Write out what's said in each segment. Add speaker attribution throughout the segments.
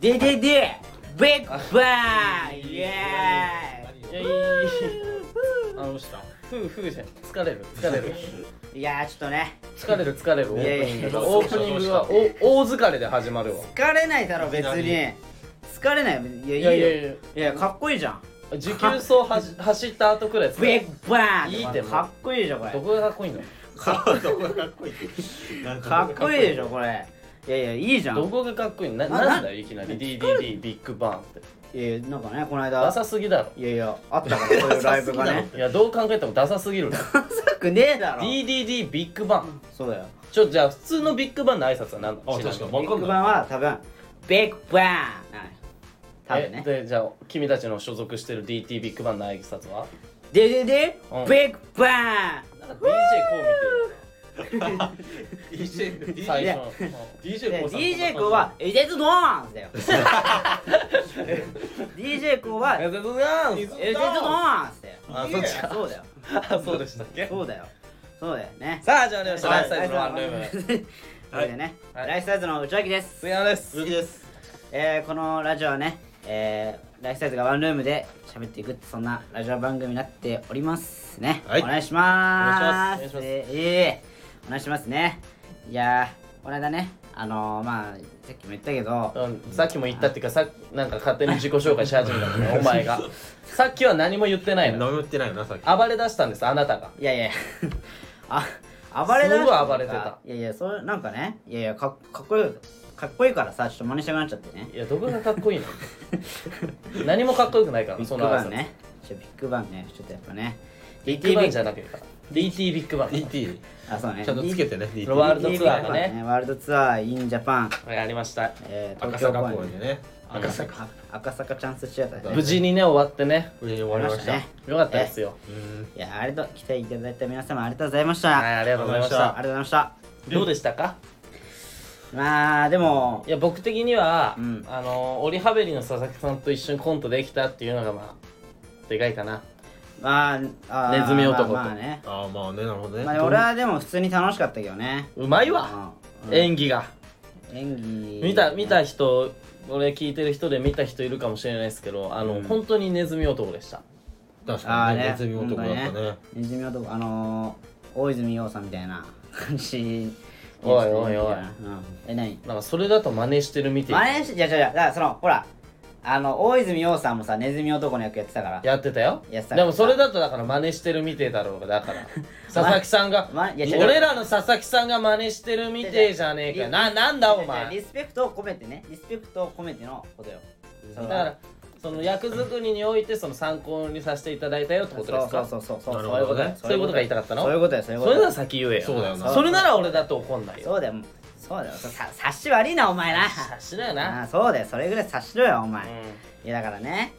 Speaker 1: DDD ビッグバンイエ
Speaker 2: いやい
Speaker 1: ー
Speaker 2: やいやあのしたふうふうじゃん疲れる疲れる
Speaker 1: イいやーちょっとね
Speaker 2: 疲れる疲れるオ
Speaker 1: いやいや
Speaker 2: ープニングがオープニングはお大疲れで始まるわ
Speaker 1: 疲れないだろ別に疲れないいやい
Speaker 2: い
Speaker 1: や
Speaker 2: や
Speaker 1: い
Speaker 2: い
Speaker 1: や
Speaker 2: や
Speaker 1: い
Speaker 2: いや
Speaker 1: やかっこいいじゃん
Speaker 2: 持久走はじ走った後くらい疲
Speaker 1: ビ
Speaker 2: れ
Speaker 1: ッ
Speaker 2: る
Speaker 1: グバン
Speaker 2: いいってもう
Speaker 1: かっこいいじゃんこれ
Speaker 2: どこがかっこいいの
Speaker 3: かっこいいなん
Speaker 1: かっこいいでしょこれいやいやいいじゃん
Speaker 2: どこがかっこいいのな
Speaker 1: な
Speaker 2: なんだよいきなり DDD ビッグバンって
Speaker 1: いやいやなんかねこの
Speaker 2: ダ
Speaker 1: 間
Speaker 2: サすぎだろ
Speaker 1: いやいやあったからそういうライブがね
Speaker 2: いやどう考えてもダサすぎるな
Speaker 1: 臭くねえだろ
Speaker 2: DDD ビッグバン
Speaker 1: そうだよ
Speaker 2: ちょじゃあ普通のビッグバンの挨拶は何だ
Speaker 3: あ確かに
Speaker 1: ビ
Speaker 3: わ
Speaker 1: ッ
Speaker 3: か
Speaker 1: グバ
Speaker 3: んない
Speaker 1: ンは多分ビッグバンなのよ多分
Speaker 2: え
Speaker 1: ね
Speaker 2: でじゃあ君たちの所属してる DT ビッグバンの挨拶は
Speaker 1: ででで
Speaker 2: うん
Speaker 1: ビッグバン
Speaker 2: なんか DJ こう見てる
Speaker 3: DJ
Speaker 2: 最初の
Speaker 3: DJ
Speaker 1: で
Speaker 3: コウさん
Speaker 1: DJ コウは「えでつどーん!」だよ DJ コウは「えで
Speaker 2: ありがとうございます
Speaker 1: つどーん!」だよ
Speaker 2: あそっちか
Speaker 1: そうだよ
Speaker 2: あそうでしたっけ
Speaker 1: そうだよそうだよね
Speaker 2: さあ始まりました
Speaker 1: はい
Speaker 2: ライフサイズのワンルーム
Speaker 1: それでね
Speaker 2: はい
Speaker 1: ライフサイズの内訳です
Speaker 2: 杉山です
Speaker 3: 好きです
Speaker 1: えーこのラジオはね、えーライフサイズがワンルームで喋っていくってそんなラジオ番組になっておりますね、
Speaker 2: はい
Speaker 1: お願いします
Speaker 2: お願いしますお願いしま
Speaker 1: え
Speaker 2: す
Speaker 1: ーえーお願いしますねいやーこの間ねあのー、まあさっきも言ったけど
Speaker 2: うんさっきも言ったっていうかさなんか勝手に自己紹介し始めたの ねお前がさっきは何も言ってない
Speaker 3: 飲
Speaker 2: の
Speaker 3: みってないよなさっき
Speaker 2: 暴れ出したんですあなたが
Speaker 1: いやいや あ暴れだ
Speaker 2: すごい暴れてた
Speaker 1: いやいやそれなんかねいやいやかかっこよかっこいいからさちょっと真似したくなっちゃってね
Speaker 2: いやどこがかっこ いいの何もかっこよくないか
Speaker 1: ビ
Speaker 2: ら
Speaker 1: ッ
Speaker 2: そ
Speaker 1: グ
Speaker 2: の
Speaker 1: バ
Speaker 2: 挨
Speaker 1: ン
Speaker 2: 拶
Speaker 1: ねちょビッグバンねちょっとやっぱね
Speaker 2: ビッグバンじゃなくて DT ビッグバン
Speaker 3: DT
Speaker 1: あそうね
Speaker 3: ちゃんとつけてね
Speaker 2: ロワールド
Speaker 1: DT
Speaker 2: ツアーがね
Speaker 1: ワールドツアーインジャパン
Speaker 2: はいありました
Speaker 1: えー、
Speaker 3: 赤
Speaker 1: 東京
Speaker 3: 坂
Speaker 1: 公
Speaker 3: 公
Speaker 1: 演
Speaker 3: 園でね赤坂
Speaker 1: あ赤坂チャンスシアターでね
Speaker 2: 無事にね終わってね
Speaker 3: 上に終
Speaker 1: 終
Speaker 3: わ
Speaker 1: わ
Speaker 3: り
Speaker 1: り
Speaker 3: ま
Speaker 1: まし
Speaker 3: したた
Speaker 1: ね
Speaker 2: よかったですよ
Speaker 3: うーん
Speaker 1: いやありがとう来ていただいた皆様ありがとうございました、
Speaker 2: はいありがとうございまし
Speaker 1: あ
Speaker 2: た
Speaker 1: りがとうございました
Speaker 2: どうでしたか
Speaker 1: まあでも
Speaker 2: いや僕的には、
Speaker 1: うん
Speaker 2: あのオリハベリの佐々木さんと一緒にコントできたっていうのがまあでかいかな
Speaker 1: まああー
Speaker 2: ネズミ男と
Speaker 1: まあ、まあね、
Speaker 3: ああまあねなるほどね
Speaker 1: まあ、俺はでも普通に楽しかったけどね、
Speaker 2: うまいわ、
Speaker 1: うんうん
Speaker 2: 演技が
Speaker 1: 演技
Speaker 2: 見た見た人俺聞いてる人で見た人いるかもしれないですけどあの、
Speaker 1: うん
Speaker 2: 本当にネズミ男でした
Speaker 3: 確
Speaker 1: あ
Speaker 3: か
Speaker 1: あ
Speaker 3: にね
Speaker 1: ね
Speaker 3: ネズミ男だったね
Speaker 1: ネズミ男あのー、大泉洋さんみたいな感じ
Speaker 2: おいおいおい
Speaker 1: うん、え何
Speaker 2: なんかそれだと真似してるみてえ
Speaker 1: 真似しじゃじゃじゃだからそのほらあの大泉洋さんもさネズミ男の役やってたから
Speaker 2: やってたよ
Speaker 1: やってた
Speaker 2: でもそれだとだから真似してるみてえだろうがだ から佐々木さんが、
Speaker 1: まいや違う
Speaker 2: 俺らの佐々木さんが真似してるみてえじゃねえかななんだお前
Speaker 1: リスペクトを込めてねリスペクトを込めてのことよそ
Speaker 2: だ
Speaker 1: の
Speaker 2: からその役作りにおいてその参考にさせていただいたよってことですか
Speaker 1: そうそうそうそう
Speaker 3: なる
Speaker 2: そういうこと
Speaker 3: な
Speaker 2: ね
Speaker 3: る
Speaker 2: そういうことが言いたかったの
Speaker 1: そういうことだよそういうこ
Speaker 2: そ
Speaker 1: と
Speaker 2: れな
Speaker 1: だよ
Speaker 2: ら先言えよ
Speaker 3: そうだよな
Speaker 2: それなら俺だと怒んないよ
Speaker 1: そうだよそうだよささ察し悪いなお前な
Speaker 2: 察しだよ
Speaker 1: あ
Speaker 2: な
Speaker 1: あそうだよそれぐらい察しろよお前、
Speaker 2: う
Speaker 1: いやだからね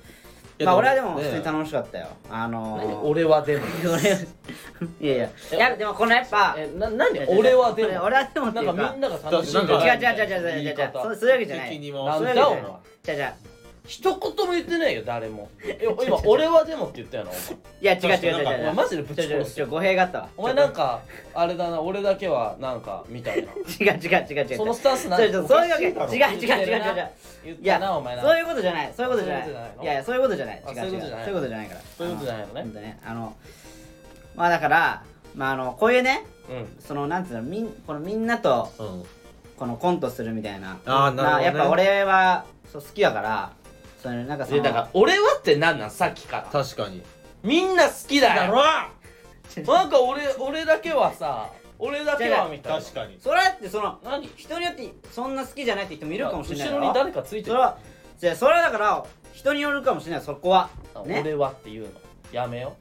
Speaker 3: いや
Speaker 1: まあ俺は
Speaker 3: で
Speaker 1: で
Speaker 3: も
Speaker 1: も普通に楽しかったよあ
Speaker 2: ん
Speaker 1: の
Speaker 2: 何
Speaker 1: ー、
Speaker 2: 俺はでも
Speaker 1: 俺いやいやいやでもこのやっぱ
Speaker 2: えな何
Speaker 1: いや
Speaker 2: 俺はで
Speaker 1: 俺
Speaker 2: も
Speaker 1: 俺はでもっていうか
Speaker 2: なんかみんなが楽しんでる
Speaker 3: 違
Speaker 1: 違う違う違う違う違う違う
Speaker 2: 言い方
Speaker 1: そうそういうわけじゃない
Speaker 3: 敵に
Speaker 2: な
Speaker 3: も
Speaker 1: そ
Speaker 2: ん
Speaker 1: ういうわけじ
Speaker 2: だ
Speaker 1: ゃ
Speaker 2: お
Speaker 1: ない
Speaker 2: 前
Speaker 1: じゃじゃ
Speaker 2: 一言も言ってないよ 誰もえ今俺はでもって言ったよなお前
Speaker 1: いや違う違う違う違
Speaker 3: 確か
Speaker 1: う違
Speaker 2: お
Speaker 3: になん
Speaker 2: 前
Speaker 1: う
Speaker 2: マジでぶち
Speaker 1: 違う
Speaker 2: 殺す
Speaker 1: 違う語弊があったわ
Speaker 2: お前なんかあれだな俺だけはなんかみ たいな
Speaker 1: 違う違う違う違う
Speaker 2: そのスタンスなん
Speaker 1: そうそうそういうわけ違う
Speaker 3: おかしい
Speaker 1: 違
Speaker 3: だ
Speaker 1: う
Speaker 3: ろ
Speaker 1: 違う違う違う
Speaker 2: 言っ
Speaker 1: いや
Speaker 2: たなお前な
Speaker 1: そういうことじゃないそういうことじゃない
Speaker 2: そういうことじゃないの
Speaker 1: いやいやそういうことじゃない
Speaker 2: あ
Speaker 1: 違う違う
Speaker 2: そういう
Speaker 1: そう
Speaker 2: ことじゃない
Speaker 1: いうことじゃないから
Speaker 2: そういうことじゃないのね
Speaker 1: ほんとねあのまあだからまああのこういうね
Speaker 2: うん
Speaker 1: そのなんつうのみんこのみんなと
Speaker 3: うん
Speaker 1: このコントするみたいな
Speaker 3: あーなるほどね
Speaker 1: やっぱ俺はそう好きだからそのなんかそ
Speaker 2: で
Speaker 1: の
Speaker 2: だから俺はってなんなんさっきから
Speaker 3: 確かに
Speaker 2: みんな好きだ
Speaker 3: だ
Speaker 2: よ
Speaker 3: ろ
Speaker 2: なんか俺俺だけはさ俺だけはみたいな
Speaker 3: 確かに
Speaker 1: それだってその
Speaker 2: 何
Speaker 1: 人によってそんな好きじゃないって人もいるかもしれない
Speaker 2: 後ろに誰かついて
Speaker 1: そ
Speaker 2: る
Speaker 1: れはじゃあそれはだから人によるかもしれないそこはね
Speaker 2: 俺はっていうのやめよ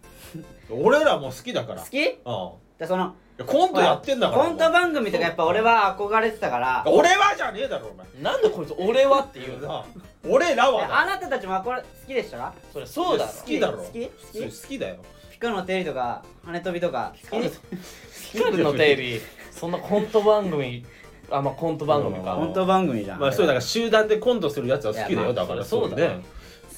Speaker 3: 俺らも好きだから
Speaker 1: 好き
Speaker 3: うんコ
Speaker 1: でその
Speaker 3: ントやってんだから
Speaker 1: コント番組とかやっぱ俺は憧れてたから
Speaker 3: 俺はじゃねえだろお前
Speaker 2: なんでこいつ俺はっていうの
Speaker 3: なあ俺ら
Speaker 1: い
Speaker 3: は
Speaker 1: やあ
Speaker 3: だ
Speaker 1: なたたちも憧れ好きでしたか
Speaker 2: それそうだろ
Speaker 3: 好きだろ
Speaker 1: 好き好き
Speaker 3: そう好きだよ
Speaker 1: ピカのテリとか羽飛びとか好き
Speaker 2: ヒカルの定理そんなコント番組あまあコント番組
Speaker 3: あ
Speaker 2: か
Speaker 3: うん
Speaker 1: 本当番組じゃん、
Speaker 3: まあそう
Speaker 1: だ
Speaker 3: だから集団でコントするやつは好きだ
Speaker 1: いやま
Speaker 3: よ
Speaker 1: あ
Speaker 3: だから
Speaker 2: そりゃそうだ
Speaker 3: ね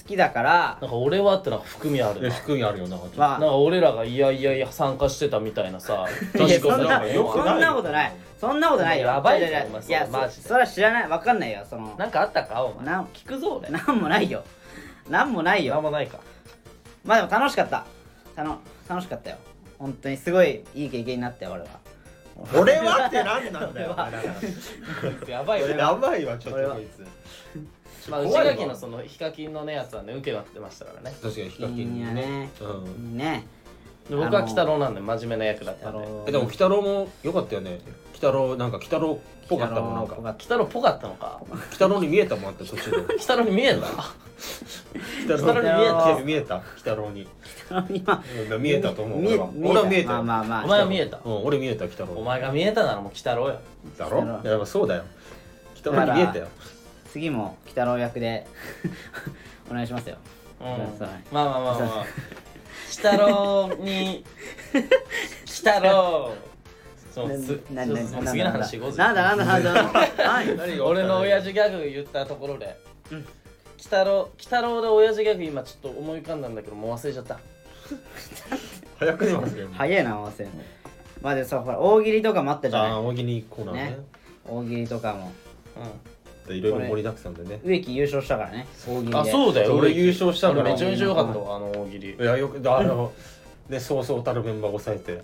Speaker 1: 好きだから
Speaker 2: なんか俺はってなんか含みあ
Speaker 3: え
Speaker 2: る
Speaker 3: 福井あるよなかちょっと
Speaker 2: な
Speaker 1: ま
Speaker 2: なん
Speaker 1: あ
Speaker 2: か俺らがいやいやいや参加してたみたいなさ
Speaker 1: い や
Speaker 2: 確
Speaker 1: そ
Speaker 2: か
Speaker 1: ん
Speaker 2: に
Speaker 1: な
Speaker 2: なんか
Speaker 3: よくない
Speaker 1: そんなことないそんなことないよ
Speaker 2: やばい
Speaker 1: じ
Speaker 2: ぞ
Speaker 1: ゃじゃじゃ
Speaker 2: お前
Speaker 1: いや
Speaker 2: マジ
Speaker 1: そ
Speaker 2: で
Speaker 1: それは知らないわかんないよその
Speaker 2: なんかあったかお前
Speaker 1: なん
Speaker 2: 聞くぞ俺
Speaker 1: なんもないよなんもない
Speaker 2: なん
Speaker 1: よ
Speaker 2: もないか
Speaker 1: まあでも楽しかったたの楽しかったよ本当にすごいいい経験になったよ俺は
Speaker 3: 俺はって何なんだよ
Speaker 1: 俺は
Speaker 2: やばいよ
Speaker 3: 俺やばいわちょっ
Speaker 1: 俺
Speaker 3: と
Speaker 1: は
Speaker 3: こいつ
Speaker 2: まあ
Speaker 3: 怖
Speaker 2: 内
Speaker 3: いわ
Speaker 2: 垣のそのヒカキンのねやつはね受けまってましたからね
Speaker 3: 確かにヒカキ
Speaker 1: いい
Speaker 3: ン
Speaker 1: よね
Speaker 3: うん
Speaker 1: いいね
Speaker 2: で僕は鬼太郎なんで真面目な役だった
Speaker 1: あ
Speaker 2: んで鬼
Speaker 1: の
Speaker 3: えでも鬼太郎も良かったよね鬼太郎なんか鬼太郎っぽかったもんなん
Speaker 1: 北郎っぽか
Speaker 3: か
Speaker 1: っ
Speaker 2: 太郎っぽかったのか
Speaker 3: 鬼太郎に見えたもんあった途中で
Speaker 2: 鬼太郎に見え んだ
Speaker 3: 鬼
Speaker 2: 鬼太郎
Speaker 3: に見えた鬼太郎に
Speaker 1: た今
Speaker 3: うん見えたと思う
Speaker 1: 見
Speaker 3: 俺
Speaker 1: え
Speaker 3: は俺は見えた
Speaker 1: まあ
Speaker 3: よ
Speaker 1: まあまあ
Speaker 2: お前は見えた
Speaker 3: うん俺見えた鬼太郎
Speaker 2: お前が見えたならもう鬼太郎よ
Speaker 3: だ
Speaker 1: 鬼
Speaker 3: ろ
Speaker 1: 太郎
Speaker 3: いやそうだよ鬼太郎に見えたよ
Speaker 1: 次も北郎役で お願いしますよ
Speaker 2: うん
Speaker 1: そうね
Speaker 2: まあまあまあまあまあ鬼太郎に鬼太郎そうすそう
Speaker 1: ななな
Speaker 2: そう次の話行こうぜ
Speaker 1: なんだなんだなんだなん だはい
Speaker 2: 俺の親父ギャグ言ったところで鬼太郎鬼太郎で親父ギャグ今ちょっと思い浮かんだんだけどもう忘れちゃった
Speaker 3: 早く出ますよ
Speaker 1: 早いな合わせるのまあでさほら大喜利とかもあったじゃ
Speaker 3: ああ
Speaker 1: ない
Speaker 3: 大喜利コーナーね
Speaker 1: ね大喜利とかも
Speaker 2: う
Speaker 3: いろいろ盛りだくさんでね
Speaker 1: 植木優勝したからね大喜利
Speaker 2: ん
Speaker 1: で
Speaker 2: あそうだよ
Speaker 3: 俺優勝したから
Speaker 2: 俺めちゃめちゃ良かったわあの大喜利
Speaker 3: いやよくあのねそうそうたるメンバー抑えて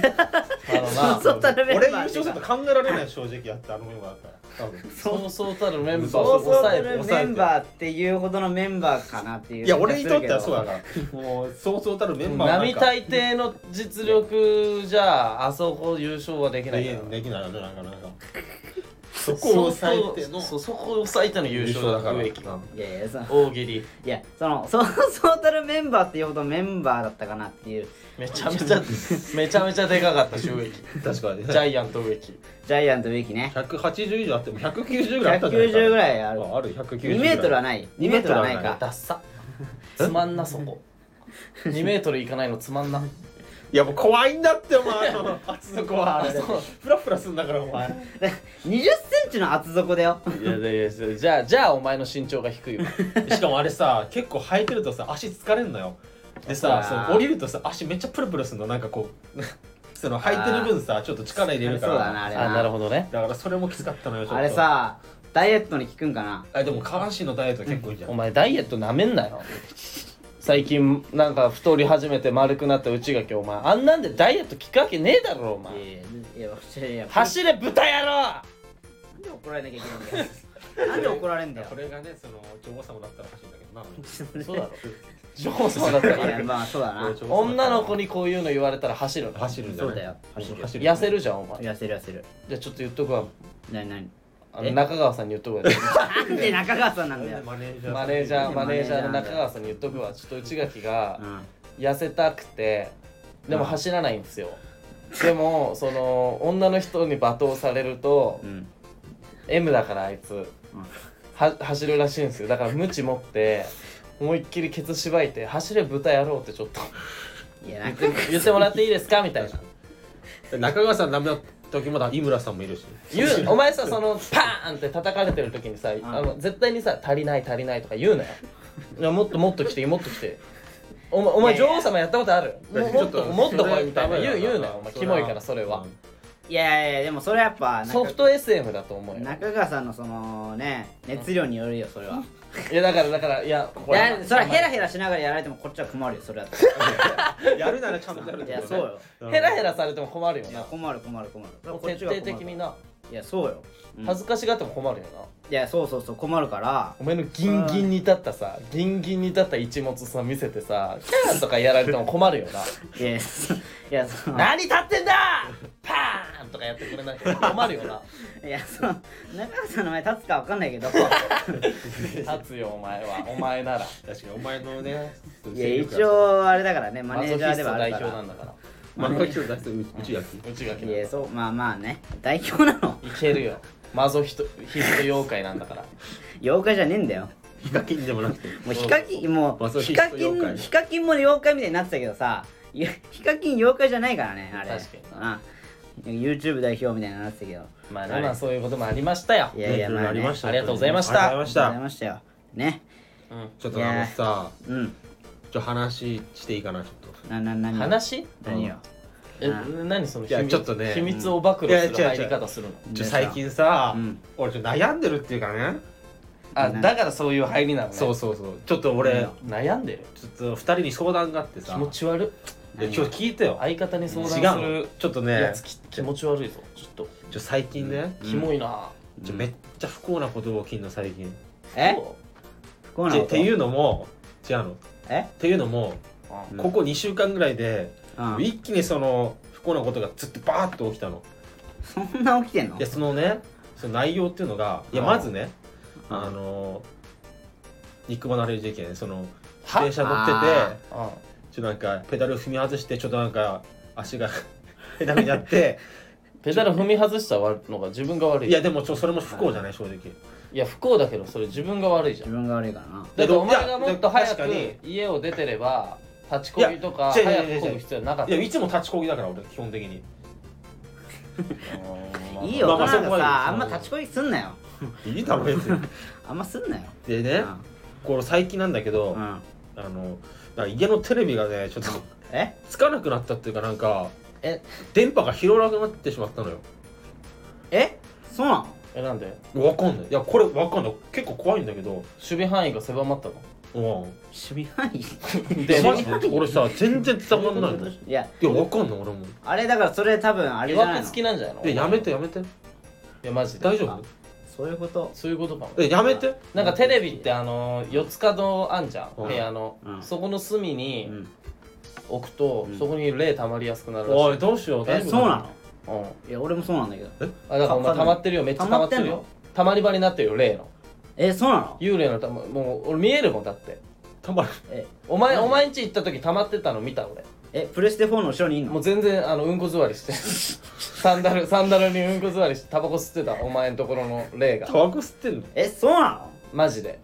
Speaker 2: あのな
Speaker 1: そうたるメンバ
Speaker 3: 俺
Speaker 1: ー
Speaker 3: 優勝すると考えられない正直やってあのメンバーだったら多分
Speaker 2: そうそうたるメンバー
Speaker 1: そ
Speaker 2: を
Speaker 1: うそう
Speaker 2: 抑
Speaker 1: た
Speaker 2: えて
Speaker 1: るメンバーっていうほどのメンバーかなっていう
Speaker 3: い
Speaker 1: 気がす
Speaker 3: や
Speaker 1: る
Speaker 3: 俺
Speaker 1: け
Speaker 3: に
Speaker 1: ど
Speaker 3: とってはそうだからもうそうそうたるメンバーなん
Speaker 2: 並
Speaker 3: か
Speaker 2: 大抵の実力じゃあそこ優勝はできないから
Speaker 3: できないよねなんかなんかそこを抑えての
Speaker 2: そうそうそこを抑えての優勝だから
Speaker 3: 優
Speaker 2: 植木
Speaker 3: 勝だから
Speaker 2: はい
Speaker 1: やいやその
Speaker 2: 大喜利
Speaker 1: いやそのそうそうたるメンバーっていうほどのメンバーだったかなっていう
Speaker 2: めちゃめちゃめちゃめちゃでかかったし 植木
Speaker 3: 確かに
Speaker 2: ジャイアント植木
Speaker 1: ジャイアント植木ね
Speaker 3: 180以上あっても190ぐらいあったんじゃない
Speaker 1: 190ぐらいある
Speaker 3: あある190ぐらい
Speaker 1: 2メートルはない2メートルはない
Speaker 3: 2メートルは
Speaker 1: か
Speaker 2: ダッサつまんなそこ2メートルいかないのつまんない
Speaker 3: やもう怖いんだってお前その厚底はあれ
Speaker 2: あそう
Speaker 3: フラフラすんだからお前
Speaker 1: 2 0ンチの厚底だよ
Speaker 2: いやいやいやじゃあじゃあお前の身長が低 いわ
Speaker 3: しかもあれさ結構履いてるとさ足疲れんのよでさ
Speaker 1: あー
Speaker 3: その降りるとさ足めっちゃプルプルすんのなんかこう その履いてる分さちょっと力入れるから
Speaker 1: そうだなあれ
Speaker 2: あなるほどね
Speaker 3: だからそれもきつかったのよちょっと
Speaker 1: あれさダイエットに効くんかな
Speaker 3: あでも下半身のダイエット結構いいじゃん、
Speaker 2: お前ダイエットなめんなよ最近なんか太り始めて丸くなった内垣お前あんなんでダイエット効くわけねえだろお
Speaker 1: いや
Speaker 2: 前
Speaker 1: いやいやいや
Speaker 2: 走れ豚野郎
Speaker 1: なんで怒られなきゃいけないん だよなんで怒られんだよ
Speaker 3: これがねその女王様だったら欲しいんだけどな
Speaker 2: そうだろジョー様だった
Speaker 1: いや
Speaker 2: ら
Speaker 1: まあそうだな
Speaker 2: 女の子
Speaker 3: に
Speaker 2: にこういうの言われたら走るの
Speaker 3: 走るんじゃない
Speaker 1: そうだよ走る
Speaker 3: 走る
Speaker 2: 痩せるじゃんお前じ
Speaker 1: 痩せる痩せる
Speaker 2: ゃあちょっと言っとくわ
Speaker 1: なになに
Speaker 2: あ
Speaker 1: え
Speaker 2: の中川さんに言っとくわ
Speaker 1: なんで中川さんな
Speaker 3: なんん
Speaker 1: だ
Speaker 3: で
Speaker 1: よ
Speaker 3: マネージャー
Speaker 2: マネージャーマネージャーの
Speaker 1: マネージャーなんだよ
Speaker 2: 中川さんに言っとくわちょっと内垣が
Speaker 1: うん
Speaker 2: 痩せたくてでも走らないんですよでもその女の人に罵倒されると
Speaker 1: うん
Speaker 2: M だからあいつは走るらしいんですよだからムチ持って思いっきりケツしばいて「走れ豚野郎」ってちょっと
Speaker 1: うんいやな
Speaker 2: 言
Speaker 1: ん
Speaker 2: っ
Speaker 1: か
Speaker 2: て言ってもらっていいですかみたいな
Speaker 3: 中川さんダメだった時まだ井村さんもいるし
Speaker 2: 言うお前さそのパーンって叩かれてる時にさあの絶対にさ「足りない足りない」とか言うなよいやもっともっと来てもっと来てお前お前
Speaker 1: いやいや
Speaker 2: 女王様やったことあるも
Speaker 3: ち
Speaker 2: も
Speaker 3: ょ
Speaker 2: っ
Speaker 3: っ
Speaker 2: と
Speaker 3: と
Speaker 2: もっと来いみたいな
Speaker 3: それ
Speaker 2: 言
Speaker 3: は
Speaker 2: う言うなよお前
Speaker 3: そ
Speaker 2: キ
Speaker 3: れは
Speaker 2: モいからそれは
Speaker 1: いやいやでもそれはやっぱ中
Speaker 2: ソフト SM だと思うよ
Speaker 1: 中川さんのそのね熱量によるよそれはい
Speaker 2: やだからだからいや
Speaker 1: い
Speaker 2: こ
Speaker 1: やそれはヘラヘラしながらやられてもこっちは困るよそれだって
Speaker 3: やるならちゃんとやる
Speaker 1: いやそうよ
Speaker 2: ヘラヘラされても困るよ
Speaker 1: いや
Speaker 2: な
Speaker 1: 困る困る困るこっ
Speaker 2: 徹
Speaker 1: ちが困
Speaker 2: 底
Speaker 1: る
Speaker 2: 的にない
Speaker 1: やそうよ、うん
Speaker 2: 恥ずかしがっても困るよな、
Speaker 1: いやそうそうそう困る から
Speaker 2: お前のギンギンに立ったさギンギンに立った一物さ見せてさキャーとかやられても困るよな
Speaker 1: いやそいやそ の
Speaker 2: 何立ってんだパーンとかやってくれないと困るよない
Speaker 1: やその中川さんの前立つかわかんないけど
Speaker 2: 立つよお前はお前なら
Speaker 3: 確かにお前のね
Speaker 1: いや一応あれだからねマネージャーではあ
Speaker 2: マゾ
Speaker 1: る
Speaker 2: フィ
Speaker 1: か
Speaker 2: スト代表な
Speaker 1: ら
Speaker 2: んだから
Speaker 3: マネージャー出してうちやつ
Speaker 2: 内垣
Speaker 1: いや
Speaker 2: の
Speaker 1: そうまあまあね代表なの
Speaker 2: いけるよマゾヒトヒスト妖怪なんだから
Speaker 1: 妖怪じゃねえんだよ
Speaker 3: ヒカキンでもなくて
Speaker 1: もうヒカキンも
Speaker 3: マ
Speaker 1: う
Speaker 3: ゾフィ
Speaker 1: ヒ
Speaker 3: スト
Speaker 1: カキ
Speaker 3: 妖
Speaker 1: ン
Speaker 3: 怪
Speaker 1: ヒカキンも妖怪みたいになってたけどさいやヒカキン妖怪じゃないからねあれ
Speaker 2: 確
Speaker 1: かに YouTube 代表みたいになってたけど
Speaker 2: まあ
Speaker 1: あ
Speaker 2: ね
Speaker 1: れ
Speaker 2: まあそういうこともありましたよ
Speaker 1: いやいや
Speaker 3: ね
Speaker 1: まあね
Speaker 3: いろいろありました
Speaker 2: ありがとうございました
Speaker 3: ありがとう
Speaker 1: あり
Speaker 3: ご
Speaker 1: がとう
Speaker 3: ざい
Speaker 1: ござい
Speaker 3: ま
Speaker 1: ましたよね
Speaker 3: ちょっとあのさ
Speaker 1: うん
Speaker 3: ちょっと話していいかなちょっ
Speaker 1: ななな
Speaker 2: うん
Speaker 1: 何
Speaker 2: 話
Speaker 1: 何よ
Speaker 2: え
Speaker 1: うん
Speaker 2: 何その
Speaker 3: いや
Speaker 2: 秘密
Speaker 3: ちょっとね
Speaker 2: 秘密を暴露する
Speaker 3: いや違
Speaker 2: 入
Speaker 3: う違う
Speaker 2: り方するの
Speaker 3: とちょ最近さ、
Speaker 1: うん
Speaker 3: 俺ちょっと悩んでるっていうかね
Speaker 2: あだからそういう入りなのね
Speaker 3: そうそうそうちょっと俺、
Speaker 1: うん
Speaker 2: 悩んでる
Speaker 3: ちょっと2人に相談があって
Speaker 2: 気
Speaker 3: さ
Speaker 2: 持ち悪い
Speaker 3: いや今日聞いてよ
Speaker 2: 相方に相
Speaker 3: 違
Speaker 2: 談す
Speaker 3: う
Speaker 2: る
Speaker 3: のちょっと
Speaker 2: や
Speaker 3: ね
Speaker 2: つき気持ち悪いぞちょっと
Speaker 3: ちょ最近ね、
Speaker 1: うん
Speaker 2: キモいな
Speaker 3: ちょめっちゃ不幸なこと起きんの最近
Speaker 1: え
Speaker 2: そ
Speaker 1: 不幸な
Speaker 3: ち
Speaker 1: こ
Speaker 3: ょ
Speaker 1: と
Speaker 3: っていうのも違うのっ
Speaker 1: え
Speaker 3: ていうのも、
Speaker 2: うあ
Speaker 1: うん
Speaker 3: ここ2週間ぐらいで、
Speaker 1: うん
Speaker 3: 一気にその不幸なことがずっとバーッと起きたの
Speaker 1: そんな起きてんの
Speaker 3: いやそのねその内容っていうのがいや
Speaker 2: うん
Speaker 3: まずね
Speaker 1: うん
Speaker 3: あの肉離れ事件その自
Speaker 2: は
Speaker 3: 転車乗
Speaker 1: あ
Speaker 3: ってて
Speaker 2: あ
Speaker 3: ちょっとなんかペダル踏み外してちょっとなんか足が ペダルにな って
Speaker 2: ペダル踏み外したのが自分が悪い
Speaker 3: いやでもちょそれも不幸じゃない正直
Speaker 2: いや不幸だけどそれ自分が悪いじゃん
Speaker 1: 自分が悪いからな
Speaker 2: だってお
Speaker 3: いや
Speaker 2: 前がもっと早
Speaker 3: 確か
Speaker 2: く
Speaker 3: に
Speaker 2: 家を出てれば立ちこぎとか
Speaker 3: いや
Speaker 2: 早
Speaker 3: 違う違う違
Speaker 2: く
Speaker 3: う
Speaker 2: こぐ必要はなかっ
Speaker 3: い
Speaker 2: た
Speaker 3: やいつも立ちこぎだから俺基本的に
Speaker 2: うんまあ
Speaker 1: いい
Speaker 3: ま
Speaker 1: よ
Speaker 3: あま
Speaker 1: 大
Speaker 3: あ
Speaker 1: 人が
Speaker 3: そこま
Speaker 1: さ
Speaker 3: で
Speaker 1: あんま立ちこぎすんなよ
Speaker 3: いいだろ別に
Speaker 1: あんますんなよ
Speaker 3: でねこれ最近なんだけど、
Speaker 1: うんうん
Speaker 3: あのなんか家のテレビがねちょっと
Speaker 1: え
Speaker 3: つかなくなったっていうかなんか
Speaker 1: え
Speaker 3: 電波が拾わなくなってしまったのよ
Speaker 1: えそうなの
Speaker 2: えなんで
Speaker 3: わかんないいやこれわかんない結構怖いんだけど
Speaker 2: 守備範囲が狭まったの
Speaker 3: うん
Speaker 1: 守備範囲
Speaker 3: で
Speaker 2: で
Speaker 3: マジで俺さ全然伝わんないのい
Speaker 1: いや
Speaker 3: やわかんない俺も
Speaker 1: あれだからそれ多分あれ
Speaker 2: い
Speaker 1: じゃな
Speaker 2: わ
Speaker 1: い
Speaker 2: く
Speaker 1: の
Speaker 2: つきなんじゃないの
Speaker 3: でやめてやめて
Speaker 2: いやマジで
Speaker 3: 大丈夫
Speaker 1: そういうこと
Speaker 2: そういうことかも
Speaker 3: えやめて
Speaker 2: なんかテレビってあの四つ角あんじゃん
Speaker 3: うん
Speaker 2: 部屋の
Speaker 1: うん
Speaker 2: そこの隅
Speaker 1: う
Speaker 2: に
Speaker 1: ん
Speaker 2: 置くと
Speaker 1: うん
Speaker 2: そこに霊溜まりやすくなるらしい
Speaker 3: おいどうしよう
Speaker 1: え
Speaker 3: 大丈夫
Speaker 1: そうなの
Speaker 2: うん
Speaker 1: いや俺もそうなんだけど
Speaker 2: あだからお前
Speaker 1: かか
Speaker 2: 溜
Speaker 1: んない
Speaker 2: まってるよめっちゃ溜まってる
Speaker 1: 溜まっ
Speaker 2: よ溜まり場になってるよ霊の
Speaker 1: えそうなの
Speaker 2: 幽霊のたまもう俺見えるもんだって
Speaker 3: たまらん
Speaker 1: え
Speaker 2: お前お前んち行った時溜まってたの見た俺
Speaker 1: えプレステ4の後ろにいん
Speaker 2: もう
Speaker 1: の
Speaker 2: 全然あのうんこ座りして サンダルサンダルにうんこ座りしてタバコ吸ってたお前んところの霊が
Speaker 3: タバコ吸ってんの
Speaker 1: えそうなの
Speaker 2: マジで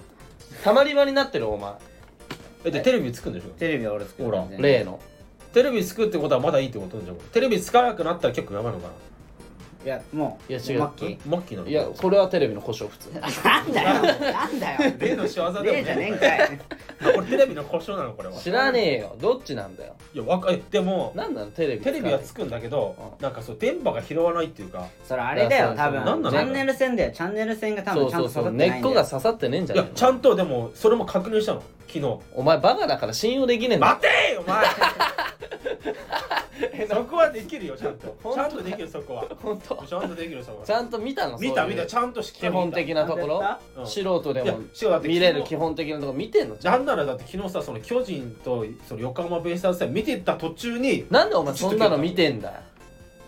Speaker 2: 溜まり場になってるお前
Speaker 3: えでテレビつくんでしょ
Speaker 1: テレビは俺作る
Speaker 3: ほら
Speaker 1: 全然
Speaker 2: 霊の
Speaker 3: テレビつくってことはまだいいってことなんじゃんテレビつかなくなったら結構やばいのかない
Speaker 1: やもう
Speaker 2: いや違う
Speaker 1: もマッキー
Speaker 3: マッキーなの
Speaker 2: いやこれはテレビの故障普通
Speaker 1: なんだよなんだよ
Speaker 3: 例の仕業でも
Speaker 1: 例じゃねえんかい
Speaker 3: あこれテレビの故障な のこれは
Speaker 2: 知らねえよどっちなんだよ
Speaker 3: いやわかえでも
Speaker 2: なんなのテレビ
Speaker 3: テレビはつくんだけどなんかそう電波が拾わないっていうか
Speaker 1: それあれだよ
Speaker 2: いや
Speaker 1: 多
Speaker 2: そう
Speaker 1: 分
Speaker 3: なんな
Speaker 1: チ
Speaker 3: の
Speaker 1: ャンネル線だよチャンネル線が多
Speaker 2: そ
Speaker 1: 分
Speaker 2: う
Speaker 1: ちゃん
Speaker 2: そ
Speaker 1: と
Speaker 2: うそ
Speaker 1: 刺さ
Speaker 2: う
Speaker 1: って
Speaker 2: 根
Speaker 1: ないんだ
Speaker 2: っこ
Speaker 1: よ
Speaker 2: が刺さってねえんじゃ
Speaker 3: い
Speaker 2: ね
Speaker 3: や
Speaker 2: えの
Speaker 3: ちゃんとでもそれも確認したの昨日
Speaker 2: お前バカだから信用できねえんだ
Speaker 3: 待てよお前 そこはできるよちゃんとちゃんとできるそこは
Speaker 2: 本当
Speaker 3: ちゃんとできるそこ
Speaker 2: ちゃんと見たの
Speaker 3: 見
Speaker 2: そ
Speaker 3: た
Speaker 2: ういう
Speaker 3: 見たちゃんと基
Speaker 2: 基本的なところ
Speaker 3: うん
Speaker 2: 素人で
Speaker 3: いや
Speaker 2: も
Speaker 3: 違うだって
Speaker 2: 見れる
Speaker 3: 昨日
Speaker 2: 基本的なところ見てんのちゃん
Speaker 3: なんならだって昨日さその巨人とその横浜ベイスターズ戦見てた途中に
Speaker 2: なんでお前そんなの見てんだよ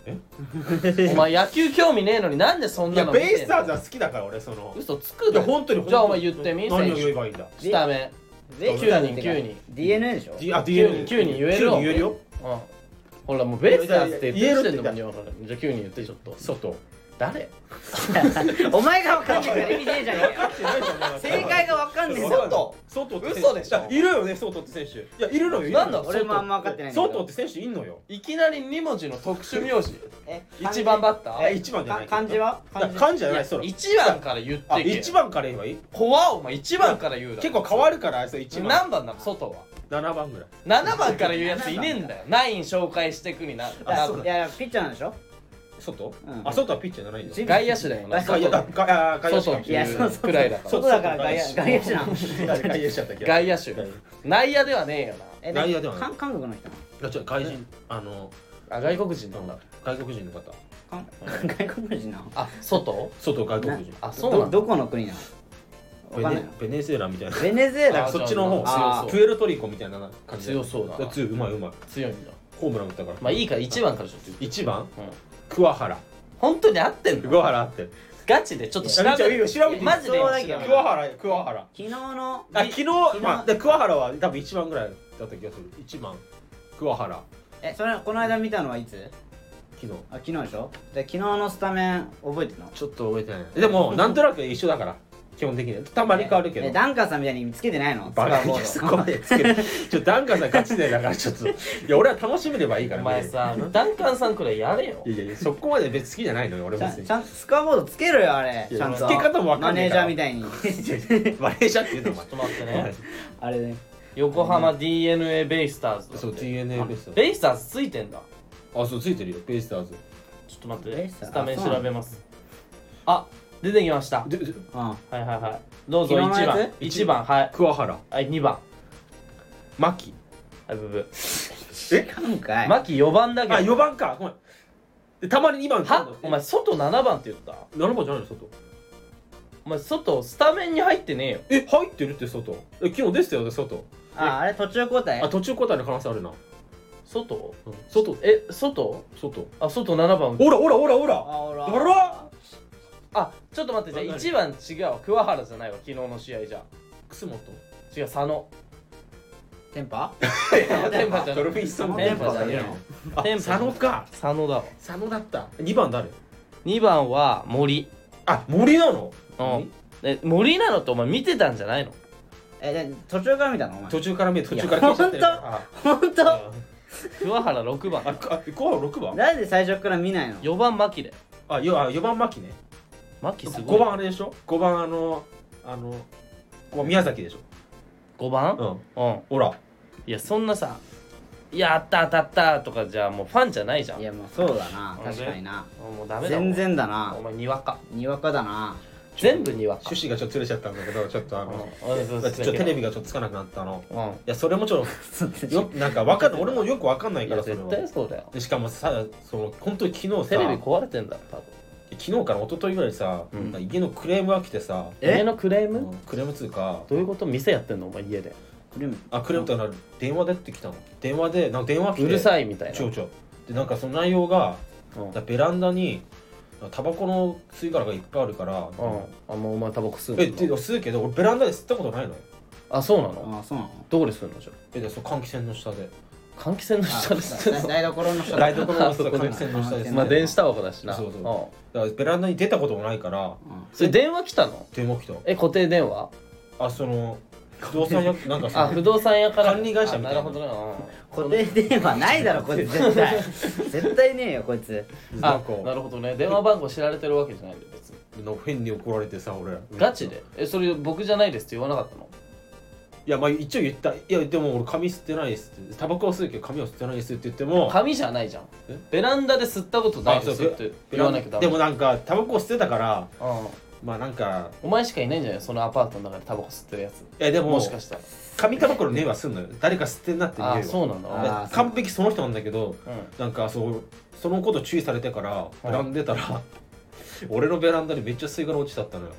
Speaker 3: え
Speaker 2: お前野球興味ねえのになんでそん
Speaker 3: い
Speaker 2: な
Speaker 3: や
Speaker 2: の見
Speaker 3: ベイ
Speaker 2: て
Speaker 3: ス
Speaker 2: ん
Speaker 3: ター
Speaker 2: だ
Speaker 3: ズ
Speaker 2: よ
Speaker 3: は好きだから俺その
Speaker 2: 嘘つく
Speaker 3: い
Speaker 2: だ
Speaker 3: や
Speaker 2: よ
Speaker 3: 本当に本当に
Speaker 2: じゃあお前言ってみ
Speaker 3: 何
Speaker 2: 選
Speaker 3: を言え
Speaker 2: 手
Speaker 3: ばいいんだ
Speaker 1: 手
Speaker 2: 下目
Speaker 1: ベイスターズってか
Speaker 2: 9人9人
Speaker 1: DNA でしょ
Speaker 3: D- あ
Speaker 2: 9
Speaker 3: DNA
Speaker 2: 人言える
Speaker 3: 9言えるよ
Speaker 2: うんほらもうベイスターズって言ってる
Speaker 3: いやいやい
Speaker 2: じゃんじゃあ9人言ってちょっと
Speaker 3: 外
Speaker 2: 誰
Speaker 1: お前が分かんないから意味ねえじゃねえか正
Speaker 3: 正
Speaker 1: 解が分かんねえぞ
Speaker 2: 外
Speaker 3: 外って
Speaker 2: 嘘でしょ
Speaker 3: いやいるよね外って選手いやいるのよいるのよ
Speaker 2: なんだ
Speaker 3: 外
Speaker 1: 俺もあんま分かってないんだけど
Speaker 3: 外って選手いんのよ
Speaker 2: いきなり2文字の特殊名字
Speaker 1: え
Speaker 2: 一番バッタ
Speaker 3: あ
Speaker 2: ー
Speaker 3: 一番じゃない
Speaker 1: か漢字はい
Speaker 3: や
Speaker 1: 漢字
Speaker 3: 漢字じゃないそれ
Speaker 2: 1番から言って
Speaker 3: あ
Speaker 2: け
Speaker 3: 一番から言えばいい
Speaker 2: 怖っお前1番から言うだろ
Speaker 3: 結構変わるからそれ一番
Speaker 2: 何番なの外は
Speaker 3: 七番ぐらい
Speaker 2: 7番から言うやついねえんだよナイン紹介してくにな
Speaker 3: あそう
Speaker 1: いやいやピッチャーなんでしょ
Speaker 3: 外
Speaker 1: うん
Speaker 3: あ外はピッチャーじゃないよ
Speaker 1: 外
Speaker 2: 外野手だよな
Speaker 3: 外野だ外野外野手
Speaker 2: 外っ
Speaker 3: か
Speaker 2: て
Speaker 3: もしれない
Speaker 1: い
Speaker 2: い
Speaker 1: やそう
Speaker 2: う
Speaker 1: そう
Speaker 2: くらいだか
Speaker 3: そう
Speaker 2: ら
Speaker 1: 外だから外野
Speaker 3: そう
Speaker 1: 外野手なの
Speaker 3: 外野手だったけど
Speaker 2: 外野手
Speaker 3: 外野
Speaker 2: 内野ではねえよな
Speaker 1: え
Speaker 3: 内野ではない
Speaker 1: 韓韓国の人なの
Speaker 3: いや違う外人あの
Speaker 2: あ外国人なんだ
Speaker 3: 外国人の方
Speaker 1: 韓外国人なの
Speaker 2: あ外
Speaker 3: 外外国人
Speaker 2: あそうな
Speaker 1: ど
Speaker 2: んだ
Speaker 1: どこの国なの分
Speaker 3: ベ
Speaker 1: かんな
Speaker 3: ネ
Speaker 1: い
Speaker 3: ベネズエラみたいな
Speaker 1: ベネズエ
Speaker 3: なん
Speaker 1: ラ
Speaker 3: かそっちの方
Speaker 2: あー強そう
Speaker 3: プエルトリコみたいな感じ
Speaker 2: 強そうだな
Speaker 3: 強いうまいうまい
Speaker 2: 強いんだ
Speaker 3: ホームラン打ったから
Speaker 2: まあいいから1番からちょっと言って
Speaker 3: 一
Speaker 2: う
Speaker 3: 番
Speaker 2: ん
Speaker 3: 桑原
Speaker 2: 本当に合ってんの
Speaker 3: 桑原って
Speaker 2: ガチでちょっと調
Speaker 3: いやいやいい
Speaker 2: べ
Speaker 3: よ調べていい
Speaker 2: マジで
Speaker 1: そうだけど
Speaker 2: 調べて
Speaker 3: 桑原桑原
Speaker 1: 昨日の
Speaker 3: あ昨日まあで桑原は多分一番ぐらいだった気がする一番桑原
Speaker 1: えそれこの間見たのはいつ
Speaker 3: 昨日
Speaker 1: あ昨日でしょじゃあ昨日のスタメン覚えてんの
Speaker 3: ちょっと覚えてないでもなんとなく一緒だから基本的にたまに変わるけ
Speaker 1: え
Speaker 3: ど
Speaker 1: ダンカーさんみたいにつけてないの
Speaker 3: バ
Speaker 1: ス
Speaker 3: カ
Speaker 1: コアボ
Speaker 3: に
Speaker 1: ー
Speaker 3: そ
Speaker 1: ド
Speaker 3: こまでつけるちょっとダンカーさんガチでだからちょっといや俺は楽しめればいいか
Speaker 2: お
Speaker 3: ら
Speaker 2: 前さダンカンさんくらいやれよ
Speaker 3: いやいやいやそこまで別に好きじゃないのよ俺
Speaker 1: ちゃ
Speaker 3: 別
Speaker 1: ん
Speaker 3: に
Speaker 1: ちゃんとスコアボードつけろよあれ
Speaker 3: いや
Speaker 1: ちゃんと
Speaker 3: つけ方もわかんねえから
Speaker 1: マネージャ ーみたいに
Speaker 3: マネージャーって言うのお
Speaker 2: ち
Speaker 3: 前
Speaker 2: ょっと待って ね
Speaker 1: あれね
Speaker 2: 横浜 d n a ベイスターズだって
Speaker 3: そう DNA ベース
Speaker 2: ベイスターズついてんだ
Speaker 3: あそうついてるよベイスターズ
Speaker 2: ちょっと待っ
Speaker 1: ベ
Speaker 2: て
Speaker 1: イスター
Speaker 2: ス
Speaker 1: ズ
Speaker 2: タメン調べますあ出てきました
Speaker 3: でで
Speaker 1: うん
Speaker 2: はいはいはいどうぞ
Speaker 1: 昨日の
Speaker 2: 1
Speaker 1: やつ
Speaker 2: 番1番はい
Speaker 3: 桑原
Speaker 2: はい2番
Speaker 3: 牧
Speaker 2: はいブブ
Speaker 3: え
Speaker 1: かんかい
Speaker 2: 牧4番だけ
Speaker 3: あ
Speaker 2: ど
Speaker 3: 4番かごめんでたまに2番
Speaker 2: はお前外7番って言った
Speaker 3: 7番じゃないの外
Speaker 2: お前外スタメンに入ってねえよ
Speaker 3: え入ってるって外え昨日出てたよね外
Speaker 1: ああれ途中交代
Speaker 3: あ途中交代の可能性あるな、
Speaker 2: 外
Speaker 3: うん、外
Speaker 2: え外
Speaker 3: 外
Speaker 2: あ外7番
Speaker 3: おらおらおらおら
Speaker 1: あら
Speaker 3: あら
Speaker 2: あちょっと待ってじゃあ1番違うわ桑原じゃないわ昨日の試合じゃ
Speaker 3: 楠本
Speaker 2: 違う佐野
Speaker 1: テンパ
Speaker 2: テンパちゃん
Speaker 3: ドルフィンス
Speaker 1: その
Speaker 3: も
Speaker 2: テ
Speaker 1: テ
Speaker 2: ン
Speaker 1: ン
Speaker 2: パ
Speaker 1: パ
Speaker 2: じ
Speaker 1: が
Speaker 2: ゃ
Speaker 1: い
Speaker 2: ねえ
Speaker 1: る
Speaker 2: よ
Speaker 1: の
Speaker 3: あ
Speaker 2: テンパ
Speaker 3: 佐野か
Speaker 2: 佐野だわ
Speaker 3: 佐野だった2番誰
Speaker 2: 2番は森
Speaker 3: あ森なの
Speaker 2: うんえ森なのってお前見てたんじゃないの
Speaker 1: えで途中から見たのお前
Speaker 3: 途中から見途中から消しちゃってる
Speaker 1: いや本当
Speaker 2: 桑原6
Speaker 3: あ
Speaker 2: 番
Speaker 3: あ後半6番
Speaker 1: なんで最初から見ないの
Speaker 2: 4番牧で
Speaker 3: あよあ4番牧ね
Speaker 2: 牧すご
Speaker 3: 5
Speaker 2: い
Speaker 3: 番あれでしょ5番あのあのここ宮崎でしょ
Speaker 2: 5番
Speaker 3: うん
Speaker 2: うん
Speaker 3: ほら
Speaker 2: いやそんなさ「いやあったあったあった」とかじゃもうファンじゃないじゃん
Speaker 1: いやもうそうだな
Speaker 2: あ
Speaker 1: 確かにな
Speaker 2: もうダメだ
Speaker 1: 全然だ
Speaker 2: もう
Speaker 1: な
Speaker 2: お前にわか
Speaker 1: にわかだな
Speaker 2: 全部にわか
Speaker 3: 趣旨がちょっとずれちゃったんだけどちょっとあの
Speaker 2: うんそうそ
Speaker 3: だ
Speaker 2: う
Speaker 3: ってちょっとテレビがちょっとつかなくなったの
Speaker 2: うん
Speaker 3: いやそれもちょっ と よなんかわかんない俺もよくわかんない
Speaker 2: い
Speaker 3: か
Speaker 2: や
Speaker 3: らそれ
Speaker 2: 絶
Speaker 3: は
Speaker 2: 対そうだよ
Speaker 3: でしかもさその本当に昨日さ
Speaker 2: テレビ壊れてんだろ多分
Speaker 3: 昨日から一昨日ぐらいさ、
Speaker 2: うん
Speaker 3: なんか家のクレームが来てさ
Speaker 1: え
Speaker 2: 家のクレーム
Speaker 3: クレームつうか
Speaker 2: どういうこと店やってんのお前家で
Speaker 1: クリーム
Speaker 3: あクレームとか電話出てきたの電話でなんか電話来て
Speaker 2: うるさ
Speaker 3: い
Speaker 2: いみたいな
Speaker 3: ちょうちょでなんかその内容が
Speaker 2: うん
Speaker 3: だベランダにタバコの吸い殻がいっぱいあるから、
Speaker 2: うんあもうお前タバコ吸うの
Speaker 3: えって吸うけど俺ベランダで吸ったことないのよ
Speaker 2: あそうな の
Speaker 1: あそう なの
Speaker 2: どこで吸うのじゃ
Speaker 3: えでそう換気扇の下 で
Speaker 2: あ換気扇の下で吸う
Speaker 1: あだ
Speaker 2: の
Speaker 1: 台所の人
Speaker 3: 台所の下で
Speaker 2: あそこで
Speaker 3: 換気扇の下で吸 う
Speaker 2: まあ電子タバコだしな
Speaker 3: そうそうんだからベランダに出たこともないから
Speaker 1: うん
Speaker 2: それ電話来たの
Speaker 3: 電話来た
Speaker 2: え固定電話
Speaker 3: あその不動産屋なんか
Speaker 2: あ
Speaker 3: さ
Speaker 2: 不動産屋から
Speaker 3: 管理会社みたいな
Speaker 2: あなるほどなうん
Speaker 1: 固定電話ないだろこいつ絶 対絶対ねえよこいつ
Speaker 3: な
Speaker 2: あ
Speaker 3: んか
Speaker 2: なるほどね電話番号知られてるわけじゃないんだよ別に
Speaker 3: なんか変に怒られてさ俺
Speaker 2: ガチでえそれ僕じゃないですって言わなかったの
Speaker 3: いやまあ一応言ったいやでも俺髪吸ってないですってタバコは吸うけど髪は吸ってないですって言っても
Speaker 2: 紙じゃないじゃん
Speaker 3: え
Speaker 2: ベランダで吸ったことないで
Speaker 3: あ
Speaker 2: す
Speaker 3: そう
Speaker 2: って言わなきゃダメ
Speaker 3: でもなんかタバコ吸ってたから
Speaker 2: うん
Speaker 3: まあなんか
Speaker 2: お前しかいないんじゃないそのアパートの中でタバコ吸ってるやつ
Speaker 3: いやでも
Speaker 2: もしかしたら
Speaker 3: 紙タバコの匂いはすんのよ誰か吸ってんなって匂い
Speaker 2: あ
Speaker 3: は
Speaker 2: あそうなんだ
Speaker 1: あー
Speaker 3: で完璧その人なんだけど
Speaker 2: うん
Speaker 3: なんかそうそのこと注意されてから
Speaker 2: い
Speaker 3: ベランダ出たら 俺のベランダにめっちゃ吸い殻落ちちゃったのよ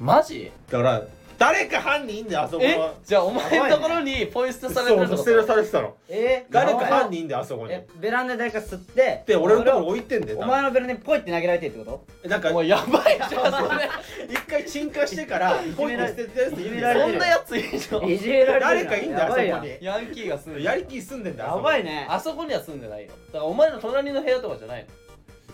Speaker 2: マジ
Speaker 3: だから誰か犯人いんだよあそこ
Speaker 2: え
Speaker 3: は
Speaker 2: じゃあお前のところにポイ捨てされてるって
Speaker 3: そう
Speaker 2: こ
Speaker 3: 捨
Speaker 2: と
Speaker 3: てされてたの
Speaker 1: え
Speaker 3: 誰か犯人いんだよあそこに
Speaker 1: えベランダで誰か吸って
Speaker 3: で俺のところ置いてんだよ
Speaker 1: お前のベランダにポイって投げられてるってこ
Speaker 3: なんか
Speaker 2: お前やばいじゃんそれ
Speaker 3: 一回鎮火してからポイント捨ててやつい
Speaker 1: いじ
Speaker 3: る
Speaker 1: め
Speaker 3: よ
Speaker 1: られ
Speaker 2: そんなやついいじゃ
Speaker 1: と
Speaker 2: ん
Speaker 1: いじめられてる
Speaker 3: 誰かいんだ
Speaker 1: やばい
Speaker 3: よあ
Speaker 1: や
Speaker 3: そこに
Speaker 2: ヤンキーが住んでる
Speaker 3: ヤンキー住んでんだよ
Speaker 1: やばい
Speaker 3: ね
Speaker 1: ね
Speaker 2: あそこには住んでないよだからお前の隣の部屋とかじゃないの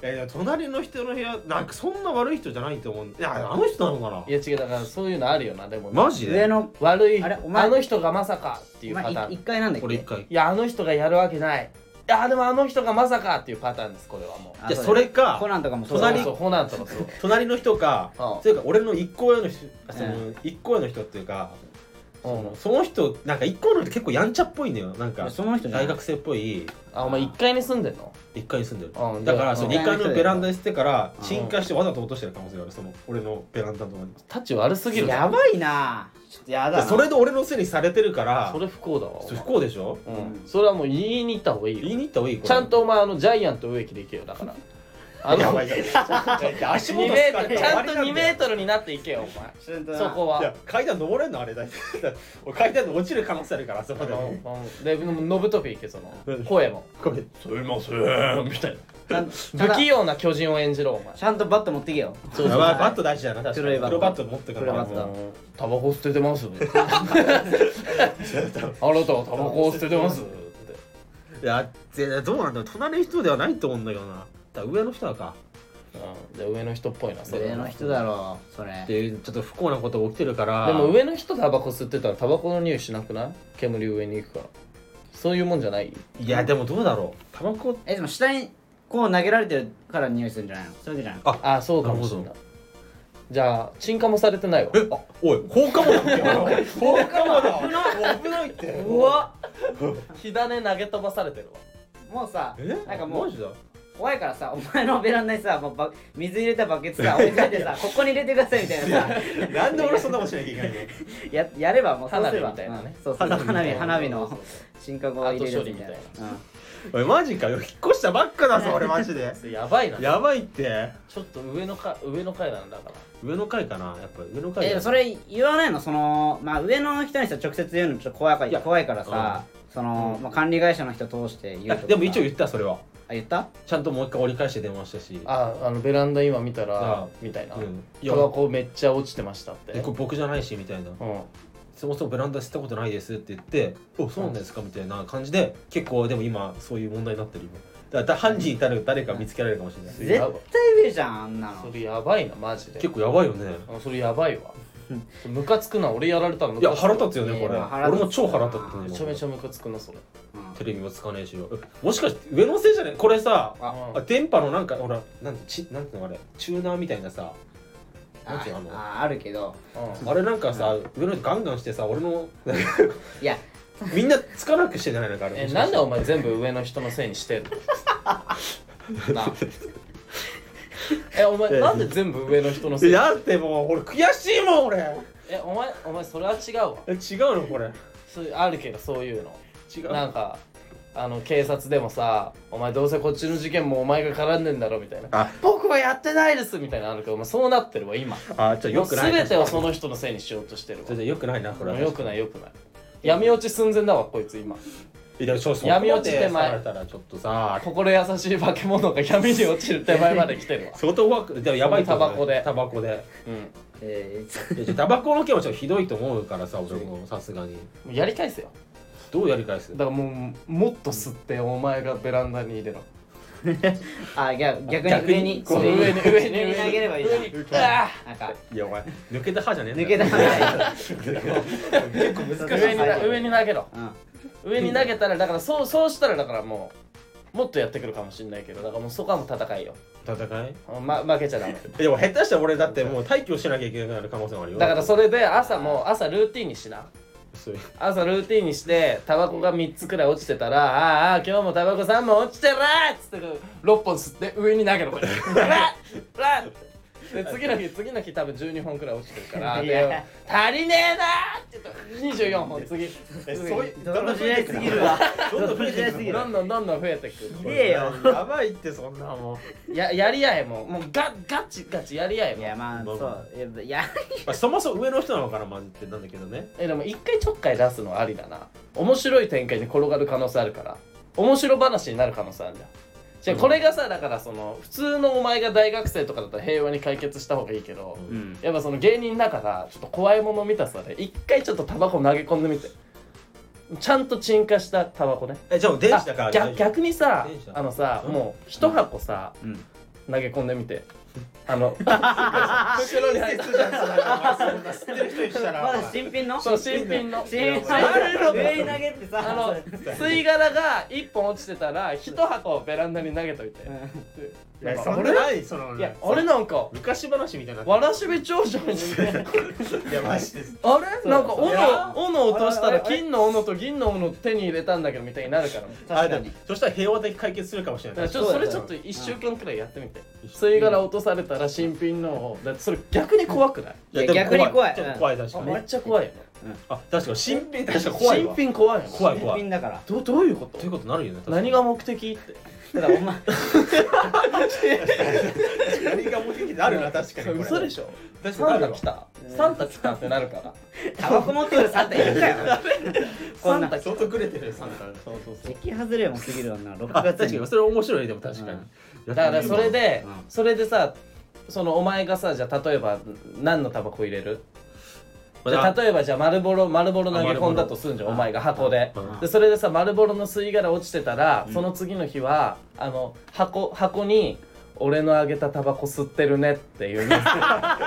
Speaker 3: いやいや隣の人の部屋なんかそんな悪い人じゃないと思うんだいやあの人なのかない
Speaker 2: や違うだからそういうのあるよなでも
Speaker 3: マジ
Speaker 1: 上
Speaker 3: で
Speaker 1: の
Speaker 2: 悪い
Speaker 1: あれ
Speaker 2: あ
Speaker 1: お前
Speaker 2: の人がまさかっていう
Speaker 1: ま
Speaker 2: パ
Speaker 1: あ
Speaker 2: ターン
Speaker 1: い一回なんだっけ
Speaker 3: 俺一回
Speaker 2: いやあの人がやるわけないいやでもあの人がまさかっていうパターンですこれはもう
Speaker 1: あう
Speaker 3: いや
Speaker 1: だよ
Speaker 3: それか
Speaker 1: コナンとかもそうだ
Speaker 3: 隣
Speaker 2: そうそうホナンとかそう
Speaker 3: 隣の人か
Speaker 2: うん
Speaker 3: それか俺の一個上の人あそうの一個上の人っていうかそ
Speaker 2: うん
Speaker 3: のその人なんか一個上の人結構やんちゃっぽいんだよなんか
Speaker 1: その人じゃない
Speaker 3: 大学生っぽい
Speaker 2: あお前1階に住んでんの
Speaker 3: 一階に住んで
Speaker 2: うん
Speaker 3: るだから
Speaker 2: で
Speaker 3: その
Speaker 1: うん
Speaker 3: 2階のベランダに捨てから
Speaker 1: うん
Speaker 3: 鎮火してわざと落としてる可能性があるその俺のベランダのとこに
Speaker 2: タッチ悪すぎる
Speaker 1: やばいなちょっとやだな
Speaker 3: それで俺のせいにされてるから
Speaker 2: それ不幸だわお
Speaker 3: そ
Speaker 2: 前
Speaker 3: れ不幸でしょ
Speaker 2: うん、それはもう言いに行った方がいい
Speaker 3: 言
Speaker 2: よ
Speaker 3: いに行った方がいいこれ
Speaker 2: ちゃんとお前あのジャイアント植木で行けよだからあ
Speaker 3: や
Speaker 2: の
Speaker 3: ばいやばいやばい足
Speaker 2: 2
Speaker 3: 元
Speaker 2: メ
Speaker 3: 使
Speaker 2: ー
Speaker 3: っ
Speaker 2: ト
Speaker 3: て
Speaker 2: ル
Speaker 3: 終
Speaker 2: ちゃ
Speaker 3: わ
Speaker 2: ん
Speaker 3: り
Speaker 2: と
Speaker 3: なだ
Speaker 2: 2
Speaker 3: よ
Speaker 2: メートルになっていけよお前
Speaker 1: ちょっとな
Speaker 2: そこ
Speaker 3: い
Speaker 2: は
Speaker 3: や階段登れんのあれだいたい俺階段で落ちる可能性あるからあそ
Speaker 2: あ
Speaker 3: こで
Speaker 2: のうんでノブトフィ行けその
Speaker 3: うん
Speaker 2: 声も
Speaker 3: これすいませんみたい
Speaker 1: ちゃん
Speaker 2: 不
Speaker 1: と
Speaker 2: 器用な巨人を演じろお前
Speaker 1: ちゃんとバット持ってけよ
Speaker 3: なやばいバット大事だな確かに
Speaker 1: 黒いバット
Speaker 3: 黒バット持ってか
Speaker 1: 黒
Speaker 3: ら
Speaker 1: バット
Speaker 2: タバコ捨ててますあなたはタバコを捨ててます
Speaker 3: いやぜどうなんだろう隣の人ではないと思うんだけどなだから上の人はか
Speaker 2: うん、で上の人っぽいなそれは
Speaker 1: 上の人だろうそれ
Speaker 3: ていうちょっと不幸なことが起きてるから
Speaker 2: でも上の人タバコ吸ってたらタバコの匂いしなくない煙上に行くからそういうもんじゃない
Speaker 3: いやでもどうだろうタバコ
Speaker 1: えでも下にこう投げられてるから匂いするんじゃないのそういうわけじゃない
Speaker 2: あそうかもしれないじゃあ鎮火もされてないわ
Speaker 3: えあおい放火魔だって 放火魔だ危ないって
Speaker 2: うわ 火種投げ飛ばされてるわ
Speaker 1: もうさ
Speaker 3: え
Speaker 1: なんかもう
Speaker 3: マジだ
Speaker 1: 怖いからさお前のベランダにさもうバ水入れたバケツさ置いといてさここに入れてくださいみたいなさ
Speaker 3: なんで俺そんなことしなきゃいけないの
Speaker 1: ややればもうそう
Speaker 2: 花
Speaker 1: す
Speaker 2: 火
Speaker 1: れば
Speaker 2: みたいなね
Speaker 1: うんそうそう花火花火
Speaker 2: そ
Speaker 1: の
Speaker 2: うそうそう
Speaker 1: 進化後を入れるやつみたい
Speaker 2: 後処理み
Speaker 1: なうん
Speaker 3: おいマジかよ引っ越したばっかだぞ俺マジで
Speaker 2: それやばいな
Speaker 3: やばいって
Speaker 2: ちょっと上のか上の階なんだから
Speaker 3: 上の階かなやっぱ上の階
Speaker 1: え
Speaker 3: だ
Speaker 1: でもそれ言わないのそのまあ上の人にさ直接言うのちょっと怖いか
Speaker 3: いや
Speaker 1: ら怖いからさそのまあ管理会社の人通して言うとか
Speaker 3: でも一応言ったそれは
Speaker 1: あ言った
Speaker 3: ちゃんともう一回折り返して電話したし
Speaker 2: ああのベランダ今見た
Speaker 3: あ
Speaker 2: らみたいな
Speaker 3: うんいや
Speaker 2: タバコめっちゃ落ちてましたって
Speaker 3: えこれ僕じゃないしみたいな
Speaker 2: うん
Speaker 3: そもそもベランダ吸ったことないですって言って「おそうなんですか」みたいな感じで結構でも今そういう問題になってる今だから犯人いたら誰か見つけられるかもしれない
Speaker 2: うん
Speaker 1: 絶対上じゃんあんなの
Speaker 2: それやばいなマジで
Speaker 3: 結構やばいよね
Speaker 2: あそれやばいわムカつくな俺やられたらム
Speaker 3: い
Speaker 2: カつ
Speaker 3: や
Speaker 2: く
Speaker 3: 腹立つよねこ
Speaker 1: い
Speaker 3: れ
Speaker 1: や腹立つ
Speaker 3: 俺も超腹立ったね
Speaker 2: めちゃめちゃムカつくなそれ
Speaker 1: うん
Speaker 3: テレビもつかねえしよえもしかして上のせいじゃねこれさ
Speaker 2: あ
Speaker 3: あ電波のなんかほらなんてちなんていうのあれチューナーみたいなさなんていうの
Speaker 1: あああるけど
Speaker 2: うん
Speaker 3: あれなんかさ上のガンガンしてさ俺の
Speaker 1: いや
Speaker 3: みんなつかなくしてんじゃないのかあれ
Speaker 2: え
Speaker 3: もしか
Speaker 2: な
Speaker 3: し
Speaker 2: ん
Speaker 3: て
Speaker 2: でお前全部上の人のせいに してんのなあえお前なんで全部上の人のせい
Speaker 3: え
Speaker 2: に
Speaker 3: だってもう俺悔しいもん俺
Speaker 2: えお前お前それは違うわ
Speaker 3: え違うのこれ
Speaker 2: そうあるけどそういうの
Speaker 3: 違 う
Speaker 2: なんかあの警察でもさ「お前どうせこっちの事件もお前が絡んでんだろ」みたいな
Speaker 3: あ
Speaker 2: 「僕はやってないです」みたいなのあるけどお前そうなってるわ今
Speaker 3: あじゃあよくない
Speaker 2: もう全てをその人のせいにしようとしてる
Speaker 3: じゃ
Speaker 2: わ
Speaker 3: あよくないなこれ
Speaker 2: もうよくないよくない闇落ち寸前だわこいつ今
Speaker 3: いやそうそう
Speaker 2: 闇落ち手前
Speaker 3: 触られたらちょっとさ
Speaker 2: 心優しい化け物が闇に落ちる手前まで来 てるわ
Speaker 3: 相当怖くでもやばいと思う
Speaker 2: タバコで
Speaker 3: タバコで
Speaker 2: うんも
Speaker 1: えー
Speaker 3: いやじゃあタバコの件はちょっとひどいと思うからさ俺もさすがに
Speaker 2: うやり返せよ
Speaker 3: どうやり返す
Speaker 2: だからもうもっと吸ってお前がベランダに入れろ
Speaker 1: あいや逆
Speaker 3: 逆
Speaker 1: に上
Speaker 3: に
Speaker 1: に
Speaker 2: こう上に上に
Speaker 1: 上に投げればいいじゃん
Speaker 2: ゃん
Speaker 1: なんか
Speaker 3: いやお前抜けた歯じゃねえ
Speaker 1: 抜けた
Speaker 3: 歯
Speaker 1: 歯みたいな
Speaker 3: 結構難し
Speaker 2: 上
Speaker 3: い
Speaker 2: に上に投げろ
Speaker 1: うん
Speaker 2: 上に投げたらだからそうそうしたらだからもうもっとやってくるかもしれないけどだからもうそこはもう戦いよ、
Speaker 3: 戦い
Speaker 2: ま、負けちゃ ダメ
Speaker 3: でも下手したら俺だってもう退去しなきゃいけなくなる可能性もあるよ
Speaker 2: だからそれで朝もう朝ルーティンにしな
Speaker 3: そういう
Speaker 2: 朝ルーティンにしてタバコが3つくらい落ちてたら「あーあー今日もタバコ3本落ちてる!」っつって6本吸って上に投げろこ れ「ラッラッ!」で次の日次の日多分12本くらい落ちてるから「
Speaker 1: いや
Speaker 2: で足りねえな!」って言って24本次
Speaker 3: えそういう
Speaker 1: 泥仕合すぎるわ
Speaker 3: どんどん増えて
Speaker 1: 泥
Speaker 3: くる
Speaker 1: 仕合すぎる
Speaker 2: どんどんどんどん増えてく
Speaker 1: ひでえよ
Speaker 3: やばいってそんなも
Speaker 2: ややり合えもうもうガガチガチやり合え
Speaker 1: い
Speaker 2: もう
Speaker 1: やまあそういやいや
Speaker 3: うそもそも上の人なのかなマジってなんだけどね
Speaker 2: えでも一回ちょっかい出すのはありだな面白い展開に転がる可能性あるから面白話になる可能性あるじゃんじゃあこれがさだからその普通のお前が大学生とかだったら平和に解決した方がいいけど、
Speaker 3: うん
Speaker 1: うん
Speaker 2: やっぱその芸人だからちょっと怖いもの見たさで一回ちょっとタバコ投げ込んでみてちゃんと鎮火したタバコね
Speaker 3: えじゃあもう電
Speaker 2: あ
Speaker 3: 子だから
Speaker 2: 逆逆にさ
Speaker 3: 電子だ
Speaker 2: あのさ、
Speaker 3: うん
Speaker 2: もう一箱さ
Speaker 1: うん
Speaker 2: 投げ込んでみてあの袋に入った
Speaker 3: 吸ってる人にした
Speaker 1: まだ新品の
Speaker 2: そう新品の
Speaker 1: 新品
Speaker 3: あ
Speaker 1: の上に投げて
Speaker 2: あ
Speaker 1: さ
Speaker 2: の吸い殻が1本落ちてたら1箱ベランダに投げといて、
Speaker 3: いや
Speaker 2: なんか
Speaker 3: そん
Speaker 2: 俺
Speaker 3: なないその
Speaker 2: いや俺なんか
Speaker 3: 昔話みたいになって
Speaker 2: わらしべ長者に似て
Speaker 3: るいやマジ です
Speaker 2: あれなんか
Speaker 1: そうそうい
Speaker 2: 斧
Speaker 1: や
Speaker 2: 斧落とした
Speaker 1: あれ
Speaker 2: ら
Speaker 1: あれ
Speaker 2: 金の斧と銀の斧手に入れたんだけどみたいになるからだ
Speaker 1: 確かに
Speaker 3: そしたら平和的解決するかもしれ
Speaker 2: か
Speaker 3: ない
Speaker 2: らちょっと
Speaker 1: そ
Speaker 2: そう
Speaker 1: だ
Speaker 2: れ
Speaker 1: よ
Speaker 2: ちょっと1週間くらいやってみて吸い殻落とされたら新品のをだってそれ逆に怖くない
Speaker 1: いや逆に怖い
Speaker 3: ちょっと怖い確かに
Speaker 2: めっちゃ怖いよ
Speaker 3: あ確かに新品確かに怖いわ
Speaker 2: 新品怖いよ
Speaker 3: 怖い
Speaker 1: 新
Speaker 3: 怖
Speaker 1: 品
Speaker 3: い
Speaker 1: だから
Speaker 2: どどういうこと
Speaker 3: ということになるよね確かに
Speaker 2: 何が目的って
Speaker 1: ただお前
Speaker 3: 何が目的になるな確かにこれ
Speaker 2: 嘘でしょ
Speaker 3: 確か
Speaker 2: サ
Speaker 3: に
Speaker 2: ン
Speaker 3: な
Speaker 2: タ
Speaker 3: るわ
Speaker 2: 来たサンタ来たってなるから
Speaker 1: タバコ持ってくるサンタいるかよこんな
Speaker 2: サンタ
Speaker 3: 相当グレてるよサンタ
Speaker 2: そうそうそ
Speaker 1: 時
Speaker 2: う
Speaker 1: 期外れも過ぎるわな6
Speaker 3: あ確
Speaker 1: 月
Speaker 3: かにそれ面白いでも確かに
Speaker 1: うん
Speaker 2: だ
Speaker 3: だ
Speaker 2: からそれで、
Speaker 1: うん
Speaker 2: それでさそのお前がさじゃあ例えば何のタバコ入れるじゃあ例えばじゃあ丸ボロ丸ボロ投げ込んだとすんじゃん
Speaker 3: あ
Speaker 2: お前が箱で
Speaker 3: うん
Speaker 2: でそれでさ丸ボロの吸い殻落ちてたら、その次の日はあの箱箱に俺のあげたタバコ吸ってるねっていうメッセ ージ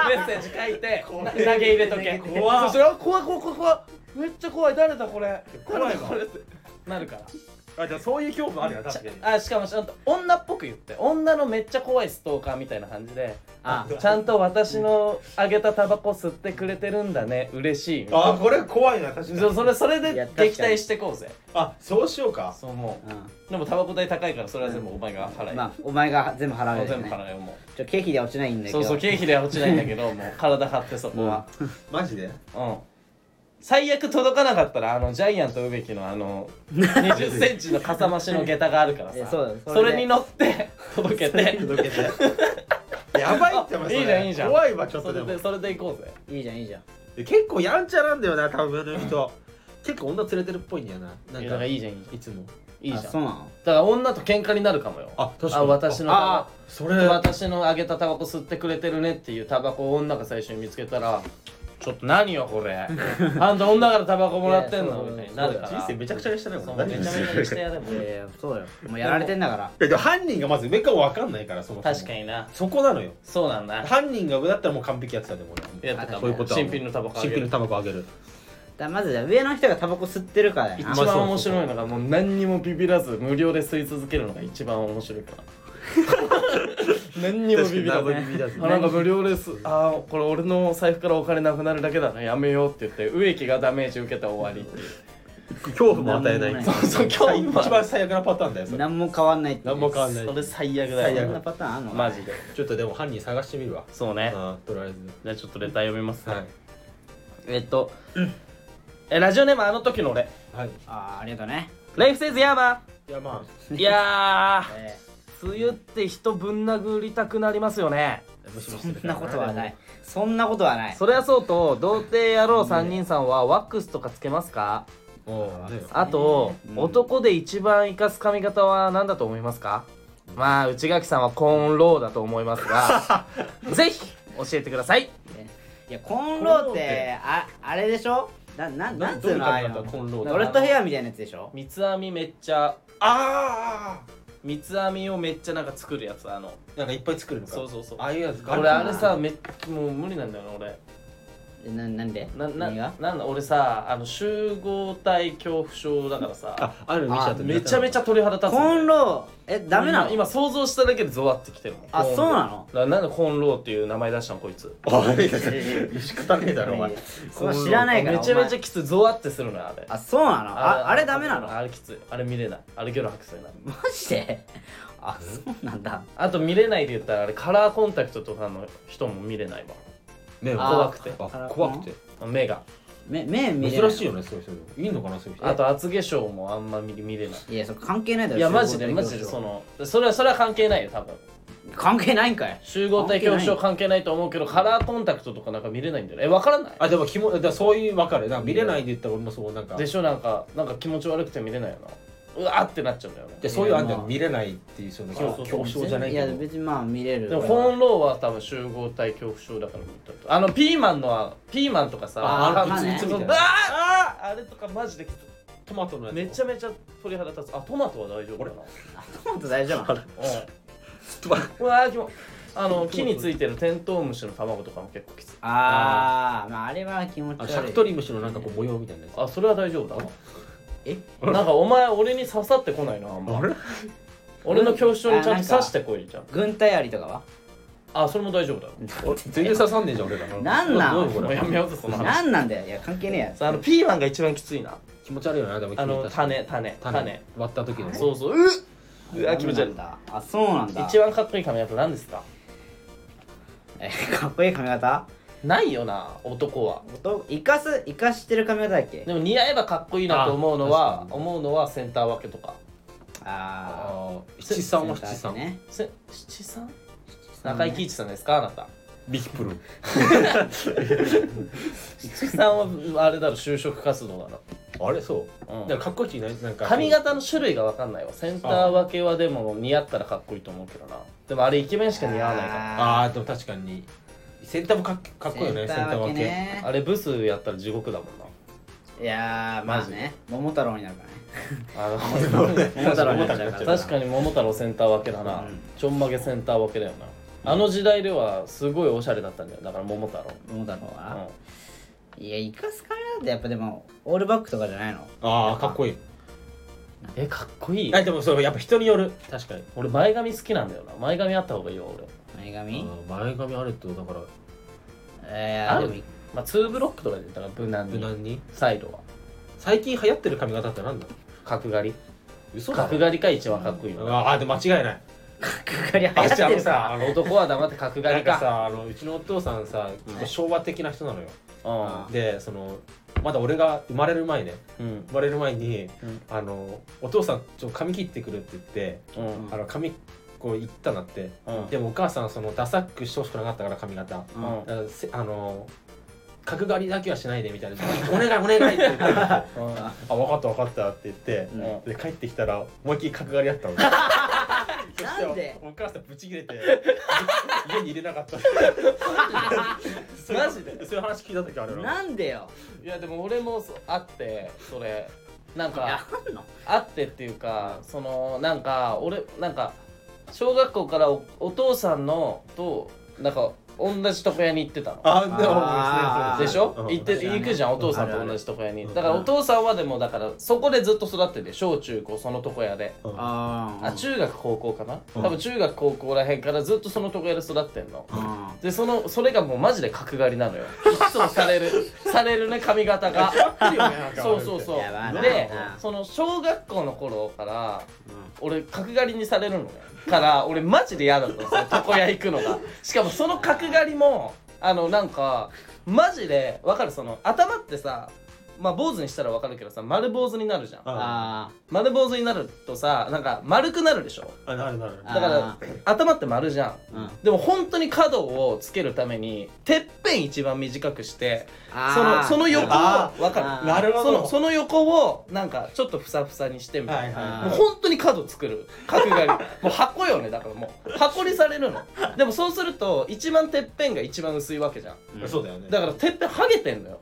Speaker 2: メッセージ書いて
Speaker 3: 怖い
Speaker 2: 投げ入れとけ
Speaker 3: 怖い
Speaker 2: そしたら怖い怖い怖い怖いめっちゃ怖い誰だこれ
Speaker 3: 怖いわ
Speaker 2: 誰だこれってなるから
Speaker 3: あじゃあそういう恐怖あるよ確かに
Speaker 2: あしかもちゃんと女っぽく言って女のめっちゃ怖いストーカーみたいな感じで
Speaker 1: あ
Speaker 2: ちゃんと私のあげたタバコ吸ってくれてるんだね嬉しいみたいな
Speaker 3: あこれ怖いな確か
Speaker 2: そそ
Speaker 3: に
Speaker 2: れそれ
Speaker 1: いや
Speaker 2: で
Speaker 1: 確かに
Speaker 2: 撃退してこうぜ
Speaker 3: あそうしようか
Speaker 2: そうも
Speaker 1: うん
Speaker 2: うでもタバコ代高いからそれは全部お前が払え、
Speaker 1: まあお前が全部払う
Speaker 2: も
Speaker 1: よ
Speaker 2: う全部
Speaker 1: ね
Speaker 2: 払えよもう
Speaker 1: ちょ経費では落ちないんだけ
Speaker 2: そ
Speaker 1: ど
Speaker 2: うそう経費では落ちないんだ けどもう体張ってそこは
Speaker 3: マジで
Speaker 2: うん、最悪届かなかったらあのジャイアント植木の あの2 0ンチのかさ増しの下駄があるから
Speaker 1: え
Speaker 2: さ
Speaker 1: そうだよそ
Speaker 2: そ
Speaker 1: れで
Speaker 2: れに乗って届けて
Speaker 3: 届けてやばいって
Speaker 2: あいいじゃんいいじゃん
Speaker 3: 怖いわちょっ
Speaker 2: そ
Speaker 3: とで
Speaker 2: れ
Speaker 3: も
Speaker 2: でそれで行こうぜ
Speaker 1: いいじゃんいいじゃん
Speaker 3: で結構やんちゃなんだよな多分あの人結構女連れてるっぽいんだよなないん
Speaker 2: やだか
Speaker 3: からい
Speaker 2: いいじゃんいいじ
Speaker 3: つも
Speaker 2: ゃんいい
Speaker 1: あ
Speaker 2: じゃん
Speaker 1: そうなの
Speaker 2: だから女と喧嘩になるかもよ
Speaker 3: あ確か
Speaker 2: あ
Speaker 3: に
Speaker 2: 私の
Speaker 1: あ
Speaker 3: そ
Speaker 2: タ
Speaker 3: れ
Speaker 2: バコ私のあげたタバコ吸ってくれてるねっていうタバコを女が最初に見つけたらちょっと何よこれ あんた女からタバコもらってんの
Speaker 1: いやそう
Speaker 2: みたいになるから
Speaker 3: 人生めちゃくちゃにしてないも
Speaker 2: そうんめちゃめちゃにしてやれも
Speaker 1: いやいやそうよもうやられてんだから
Speaker 3: いやでも犯人がまず上かわかんないからそもそも
Speaker 2: 確かにな
Speaker 3: そこなのよ
Speaker 2: そうなんだ
Speaker 3: 犯人が上だったらもう完璧やってたでも俺
Speaker 2: やってた
Speaker 3: そういうことは
Speaker 2: 新品のタバコあ
Speaker 3: 新
Speaker 2: げ
Speaker 3: 品の
Speaker 2: る
Speaker 3: タバコあげる
Speaker 1: だまずじゃあ上の人がタバコ吸ってるからだ
Speaker 2: 一
Speaker 1: よな
Speaker 3: まあ
Speaker 2: 番面白いのがもう何にもビビらず無料で吸い続けるのが一番面白いから何にもビビらずあなんか無料ですあーこれ俺の財布からお金なくなるだけだなやめようって言って植木がダメージ受けたら終わりっていう
Speaker 3: 恐怖も与えない
Speaker 1: そ
Speaker 2: そうそう今日
Speaker 3: 一番最悪なパターンだよそれ
Speaker 1: 何も変わんないって
Speaker 3: 何も変わんない
Speaker 2: それ最悪だ
Speaker 1: そ
Speaker 2: よ
Speaker 1: んなパターンあんの
Speaker 2: マジで
Speaker 3: ちょっとでも犯人探してみるわ
Speaker 2: そうね
Speaker 3: あとりあえず
Speaker 2: じゃあちょっとレター読みますね、
Speaker 3: はい
Speaker 2: えっと、えラジオネームあの時の俺
Speaker 3: はい
Speaker 1: あーありがとうね
Speaker 2: ライフセイズヤーマ
Speaker 3: いやま
Speaker 2: ンいや
Speaker 1: え
Speaker 2: ー梅雨って人ぶん殴りたくなりますよね
Speaker 3: あもしも
Speaker 1: ーそんなことはないそんなことはない
Speaker 2: それはそうと童貞野郎3人さんはワックスとかつけますか
Speaker 3: おうね
Speaker 2: あと、
Speaker 1: うん
Speaker 2: 男で一番生かす髪型は何だと思いますかまあ内垣さんはコーンローだと思いますが ぜひ教えてください
Speaker 1: いやコンロー
Speaker 3: コンロー
Speaker 1: っ
Speaker 3: って
Speaker 1: てああれでしょなな
Speaker 3: な
Speaker 1: なんつうの
Speaker 3: どういう髪型
Speaker 1: ああいうの
Speaker 3: コンローって
Speaker 1: ドレッドヘアみたいなやつでしょ
Speaker 2: 三つ編みめっちゃ
Speaker 3: あ
Speaker 2: 三つ編みをめっちゃなんか作るやつあの
Speaker 3: あなんかいっぱい作るのか
Speaker 2: そうそうそう
Speaker 3: ああいうやつか
Speaker 2: 俺あれさめっもう無理なんだよね
Speaker 1: えななんで
Speaker 2: 俺な
Speaker 1: 何
Speaker 2: な
Speaker 1: が
Speaker 2: なんだ俺さあの集合体恐怖症だからさ
Speaker 3: ああるの見ちゃった
Speaker 2: めちゃめち
Speaker 3: ゃ
Speaker 2: ゃ鳥肌立つんだよ
Speaker 1: コンローえダメなの
Speaker 2: 今今想像しただけでゾワってきてるもん
Speaker 1: あ
Speaker 2: コーン
Speaker 1: そうなの
Speaker 2: だなんでコーンローっていう名前出したのこいつ
Speaker 3: あれ
Speaker 1: え
Speaker 3: 仕方ねえだろお前
Speaker 1: そんな知らないから
Speaker 2: めちゃめち
Speaker 1: お
Speaker 2: ゃきついゾワってするのよあれ
Speaker 1: 前あそうなのああれダメなの
Speaker 2: あれきついあれ見れないあれゲロ吐きそうになる
Speaker 1: マジであそうなんだ
Speaker 2: あと見れないで言ったらあれカラーコンタクトとかの人も見れない
Speaker 3: ね
Speaker 1: あ
Speaker 2: 怖くて
Speaker 3: あ怖くて
Speaker 2: わ目が
Speaker 1: 目目見れな
Speaker 3: 珍しいよねそういう人いいのかなそういう人
Speaker 2: あと厚化粧もあんま見見れない
Speaker 1: いやそれ関係ないだろ
Speaker 2: いやマジでマジでそのそれはそれは関係ないよ多分
Speaker 1: 関係ないんかい
Speaker 2: 集合体恐怖症関係ないと思うけどカラーコンタクトとかなんか見れないんだよねえ分からない
Speaker 3: あでも気もだからそういう分かるなんか見れないで言ったら俺もそうなんか
Speaker 2: でしょなんかなんか気持ち悪くて見れないよなうわーってなっちゃうんだよね
Speaker 3: でそういうあんだよ見れないっていうその恐恐怖症じゃない
Speaker 1: や
Speaker 3: けど
Speaker 1: 別にまあ見れる
Speaker 2: でもコーンローは多分集合体恐怖症だから見たとあのピーマンのはピーマンとかさ
Speaker 1: あー
Speaker 2: あ
Speaker 1: まあ
Speaker 3: あ
Speaker 1: ね
Speaker 3: いつ
Speaker 2: そ
Speaker 3: み
Speaker 2: う
Speaker 3: た
Speaker 2: あー
Speaker 3: いな
Speaker 2: あーあれとかマジできつい
Speaker 3: トマトのやつ
Speaker 2: めち
Speaker 3: ゃ
Speaker 2: ゃめちゃ鳥肌立つあトマトは大丈夫かな
Speaker 1: コーンと大丈夫なの
Speaker 2: うんうわーきもあの木についてるテントウムシの卵とかも結構きつい
Speaker 1: あーまああれは気持ち
Speaker 3: あ
Speaker 1: 悪い
Speaker 3: シャクトリムシのなんかこう模様みたいなやつ
Speaker 2: あそれは大丈夫だな
Speaker 1: え
Speaker 2: なんかお前俺に刺さってこないなあんま
Speaker 3: れ
Speaker 2: 俺の恐怖症にちゃ
Speaker 1: あなんん
Speaker 2: と
Speaker 1: か
Speaker 2: 刺してこいじゃん
Speaker 1: 軍隊アリとかは
Speaker 2: あそれも大丈夫だ
Speaker 3: 全然刺さんねえじゃん俺ら
Speaker 1: なんなん
Speaker 3: どういうこ
Speaker 2: もう
Speaker 3: れ
Speaker 2: やめようぜその話
Speaker 1: なんなんだよいや関係ねえやつ
Speaker 2: さあのピーマンが一番きついな
Speaker 3: 気持ち悪いよなでも
Speaker 2: あの種種
Speaker 3: 種
Speaker 2: 種
Speaker 3: 割った時の
Speaker 2: そううそううっうわ気持ち悪い
Speaker 1: だあそうなんだ
Speaker 2: 一番かっこいい髪型なんですか
Speaker 1: えかっこいい髪型
Speaker 2: ないよな男は
Speaker 1: 男生かす生かしてる髪型だっけ
Speaker 2: でも似合えばかっこいいなと思うの
Speaker 3: あ
Speaker 2: は
Speaker 3: 確かに
Speaker 2: 思うのはセンター分けとか
Speaker 1: あ
Speaker 3: 七
Speaker 1: あ
Speaker 3: 三は七三
Speaker 1: ね
Speaker 2: せ七三中井貴一さんですかあなた
Speaker 3: ビキプル
Speaker 2: 七三はあれだろ就職活動だろ
Speaker 3: あれそう
Speaker 2: うん
Speaker 3: だからかっこいいないなんか
Speaker 2: 髪型の種類が分かんないわセンター分けはでも似合ったらかっこいいと思うけどなでもあれイケメンしか似合わないか
Speaker 3: ああでも確かにセンターもかっかっこいいよねセンター分け
Speaker 1: ね
Speaker 2: らあれブスやったら地獄だもんな
Speaker 1: いやーまあね桃太郎になるからね
Speaker 2: あの
Speaker 1: 桃太郎になっちゃうから
Speaker 2: 確かに桃太郎センター分けだな、
Speaker 1: うん
Speaker 2: ちょんまげセンター分けだよなあの時代ではすごいおしゃれだったんだよだから桃太
Speaker 1: 桃太郎
Speaker 2: 郎、
Speaker 1: は、いやイカスカラってやっぱでもオールバックとかじゃないの
Speaker 3: ああかっこいい
Speaker 2: うんえかっこいい
Speaker 3: あでもそれやっぱ人による確かに
Speaker 2: 俺前髪好きなんだよな前髪あった方がいいよ俺、
Speaker 1: 前髪
Speaker 3: うん前髪あるとだから
Speaker 1: えー、
Speaker 2: あ
Speaker 1: で
Speaker 2: る
Speaker 1: もい
Speaker 2: まあ、2ブロックとかでだから無難
Speaker 3: 無
Speaker 2: に
Speaker 3: 難に
Speaker 2: サイドは
Speaker 3: 最近流行ってる髪型ってなんだ
Speaker 2: 角刈り
Speaker 3: 嘘だろ
Speaker 2: 角刈りか一番かっこいいの
Speaker 3: ああで間違いない
Speaker 1: かかり
Speaker 3: あ
Speaker 1: は
Speaker 3: っ
Speaker 1: や
Speaker 3: ちあ
Speaker 1: って
Speaker 3: の
Speaker 1: る
Speaker 3: さあの
Speaker 2: 男は黙って角刈
Speaker 3: な
Speaker 2: り
Speaker 3: んか
Speaker 2: か
Speaker 3: さあのうちのお父さんさ結構昭和的な人なのよ、
Speaker 1: あ
Speaker 3: でそのまだ俺が生まれる前ね
Speaker 2: うんうん
Speaker 3: 生まれる前に、
Speaker 2: うん
Speaker 3: あのお父さんちょっと髪切ってくるって言って、
Speaker 2: うん
Speaker 3: あの髪こう言ったんだって、
Speaker 2: うん
Speaker 3: でもお母さんそのダサくしてほしくなかったから髪型、
Speaker 1: う
Speaker 2: うん
Speaker 1: ん
Speaker 3: だからせあの角刈りだけはしないでみ たいな「お願いお願い」って言って「あ分かった分かった」って言って、
Speaker 1: うん
Speaker 3: で帰ってきたら思いっきり角刈りだったの
Speaker 1: なんで
Speaker 3: お母さんブチ切 れて家に入れなかった
Speaker 2: マジで
Speaker 3: そういう話聞いた時ある
Speaker 1: なんでよ
Speaker 2: いやでも俺もそうあってそれなん
Speaker 1: いや
Speaker 2: か
Speaker 1: あんの
Speaker 2: あってっていうかそのなんか俺なんか小学校からおお父さんのとなんか同じ床屋に行ってたの
Speaker 3: あ
Speaker 1: あー
Speaker 2: でしょ
Speaker 3: うん
Speaker 2: 行って
Speaker 1: 確かにね
Speaker 2: 行くじゃんお父さん
Speaker 1: あるあ
Speaker 2: と
Speaker 1: る
Speaker 2: 同じ床屋に
Speaker 3: うん
Speaker 2: だからお父さんはでもだからそこでずっと育ってて小中高その床屋で
Speaker 3: うん
Speaker 1: あー
Speaker 2: あ中学高校かな
Speaker 3: うん
Speaker 2: 多分中学高校らへんからずっとその床屋で育ってんの
Speaker 1: あ
Speaker 2: でそのそれがもうマジで角刈りなのよいつもさ れるされるね髪型がそうそうそう
Speaker 1: やばいな
Speaker 2: で
Speaker 1: うん
Speaker 2: その小学校の頃から
Speaker 1: ーう
Speaker 2: 俺角刈りにされるのねから俺マジで嫌だったのその床屋行くのがしかもその角刈りもあのなんかマジでわかるその頭ってさまあ坊主にしたらわかるけどさ丸坊主になるじゃん
Speaker 1: んあ
Speaker 3: あ
Speaker 2: 丸坊主になるとさなんか丸くなるでしょ
Speaker 3: あなるなる
Speaker 1: あ
Speaker 2: だから頭って丸じゃん
Speaker 1: ーうん
Speaker 2: でも本当に角をつけるためにてっぺん一番短くしてそ
Speaker 1: あ
Speaker 2: の
Speaker 1: ー
Speaker 2: その横を
Speaker 3: あ
Speaker 2: わか
Speaker 1: あー
Speaker 2: る
Speaker 3: なるほ
Speaker 2: そ
Speaker 3: ど
Speaker 2: のその横をなんかちょっとふさふさにしてみたいな、
Speaker 1: はい
Speaker 2: もう本当に角作る角刈りもう箱よねだからもう箱にされるのでもそうすると一番てっぺんが一番薄いわけじゃん
Speaker 1: うん
Speaker 3: そうだよね
Speaker 2: だからてっぺんハゲてんのよ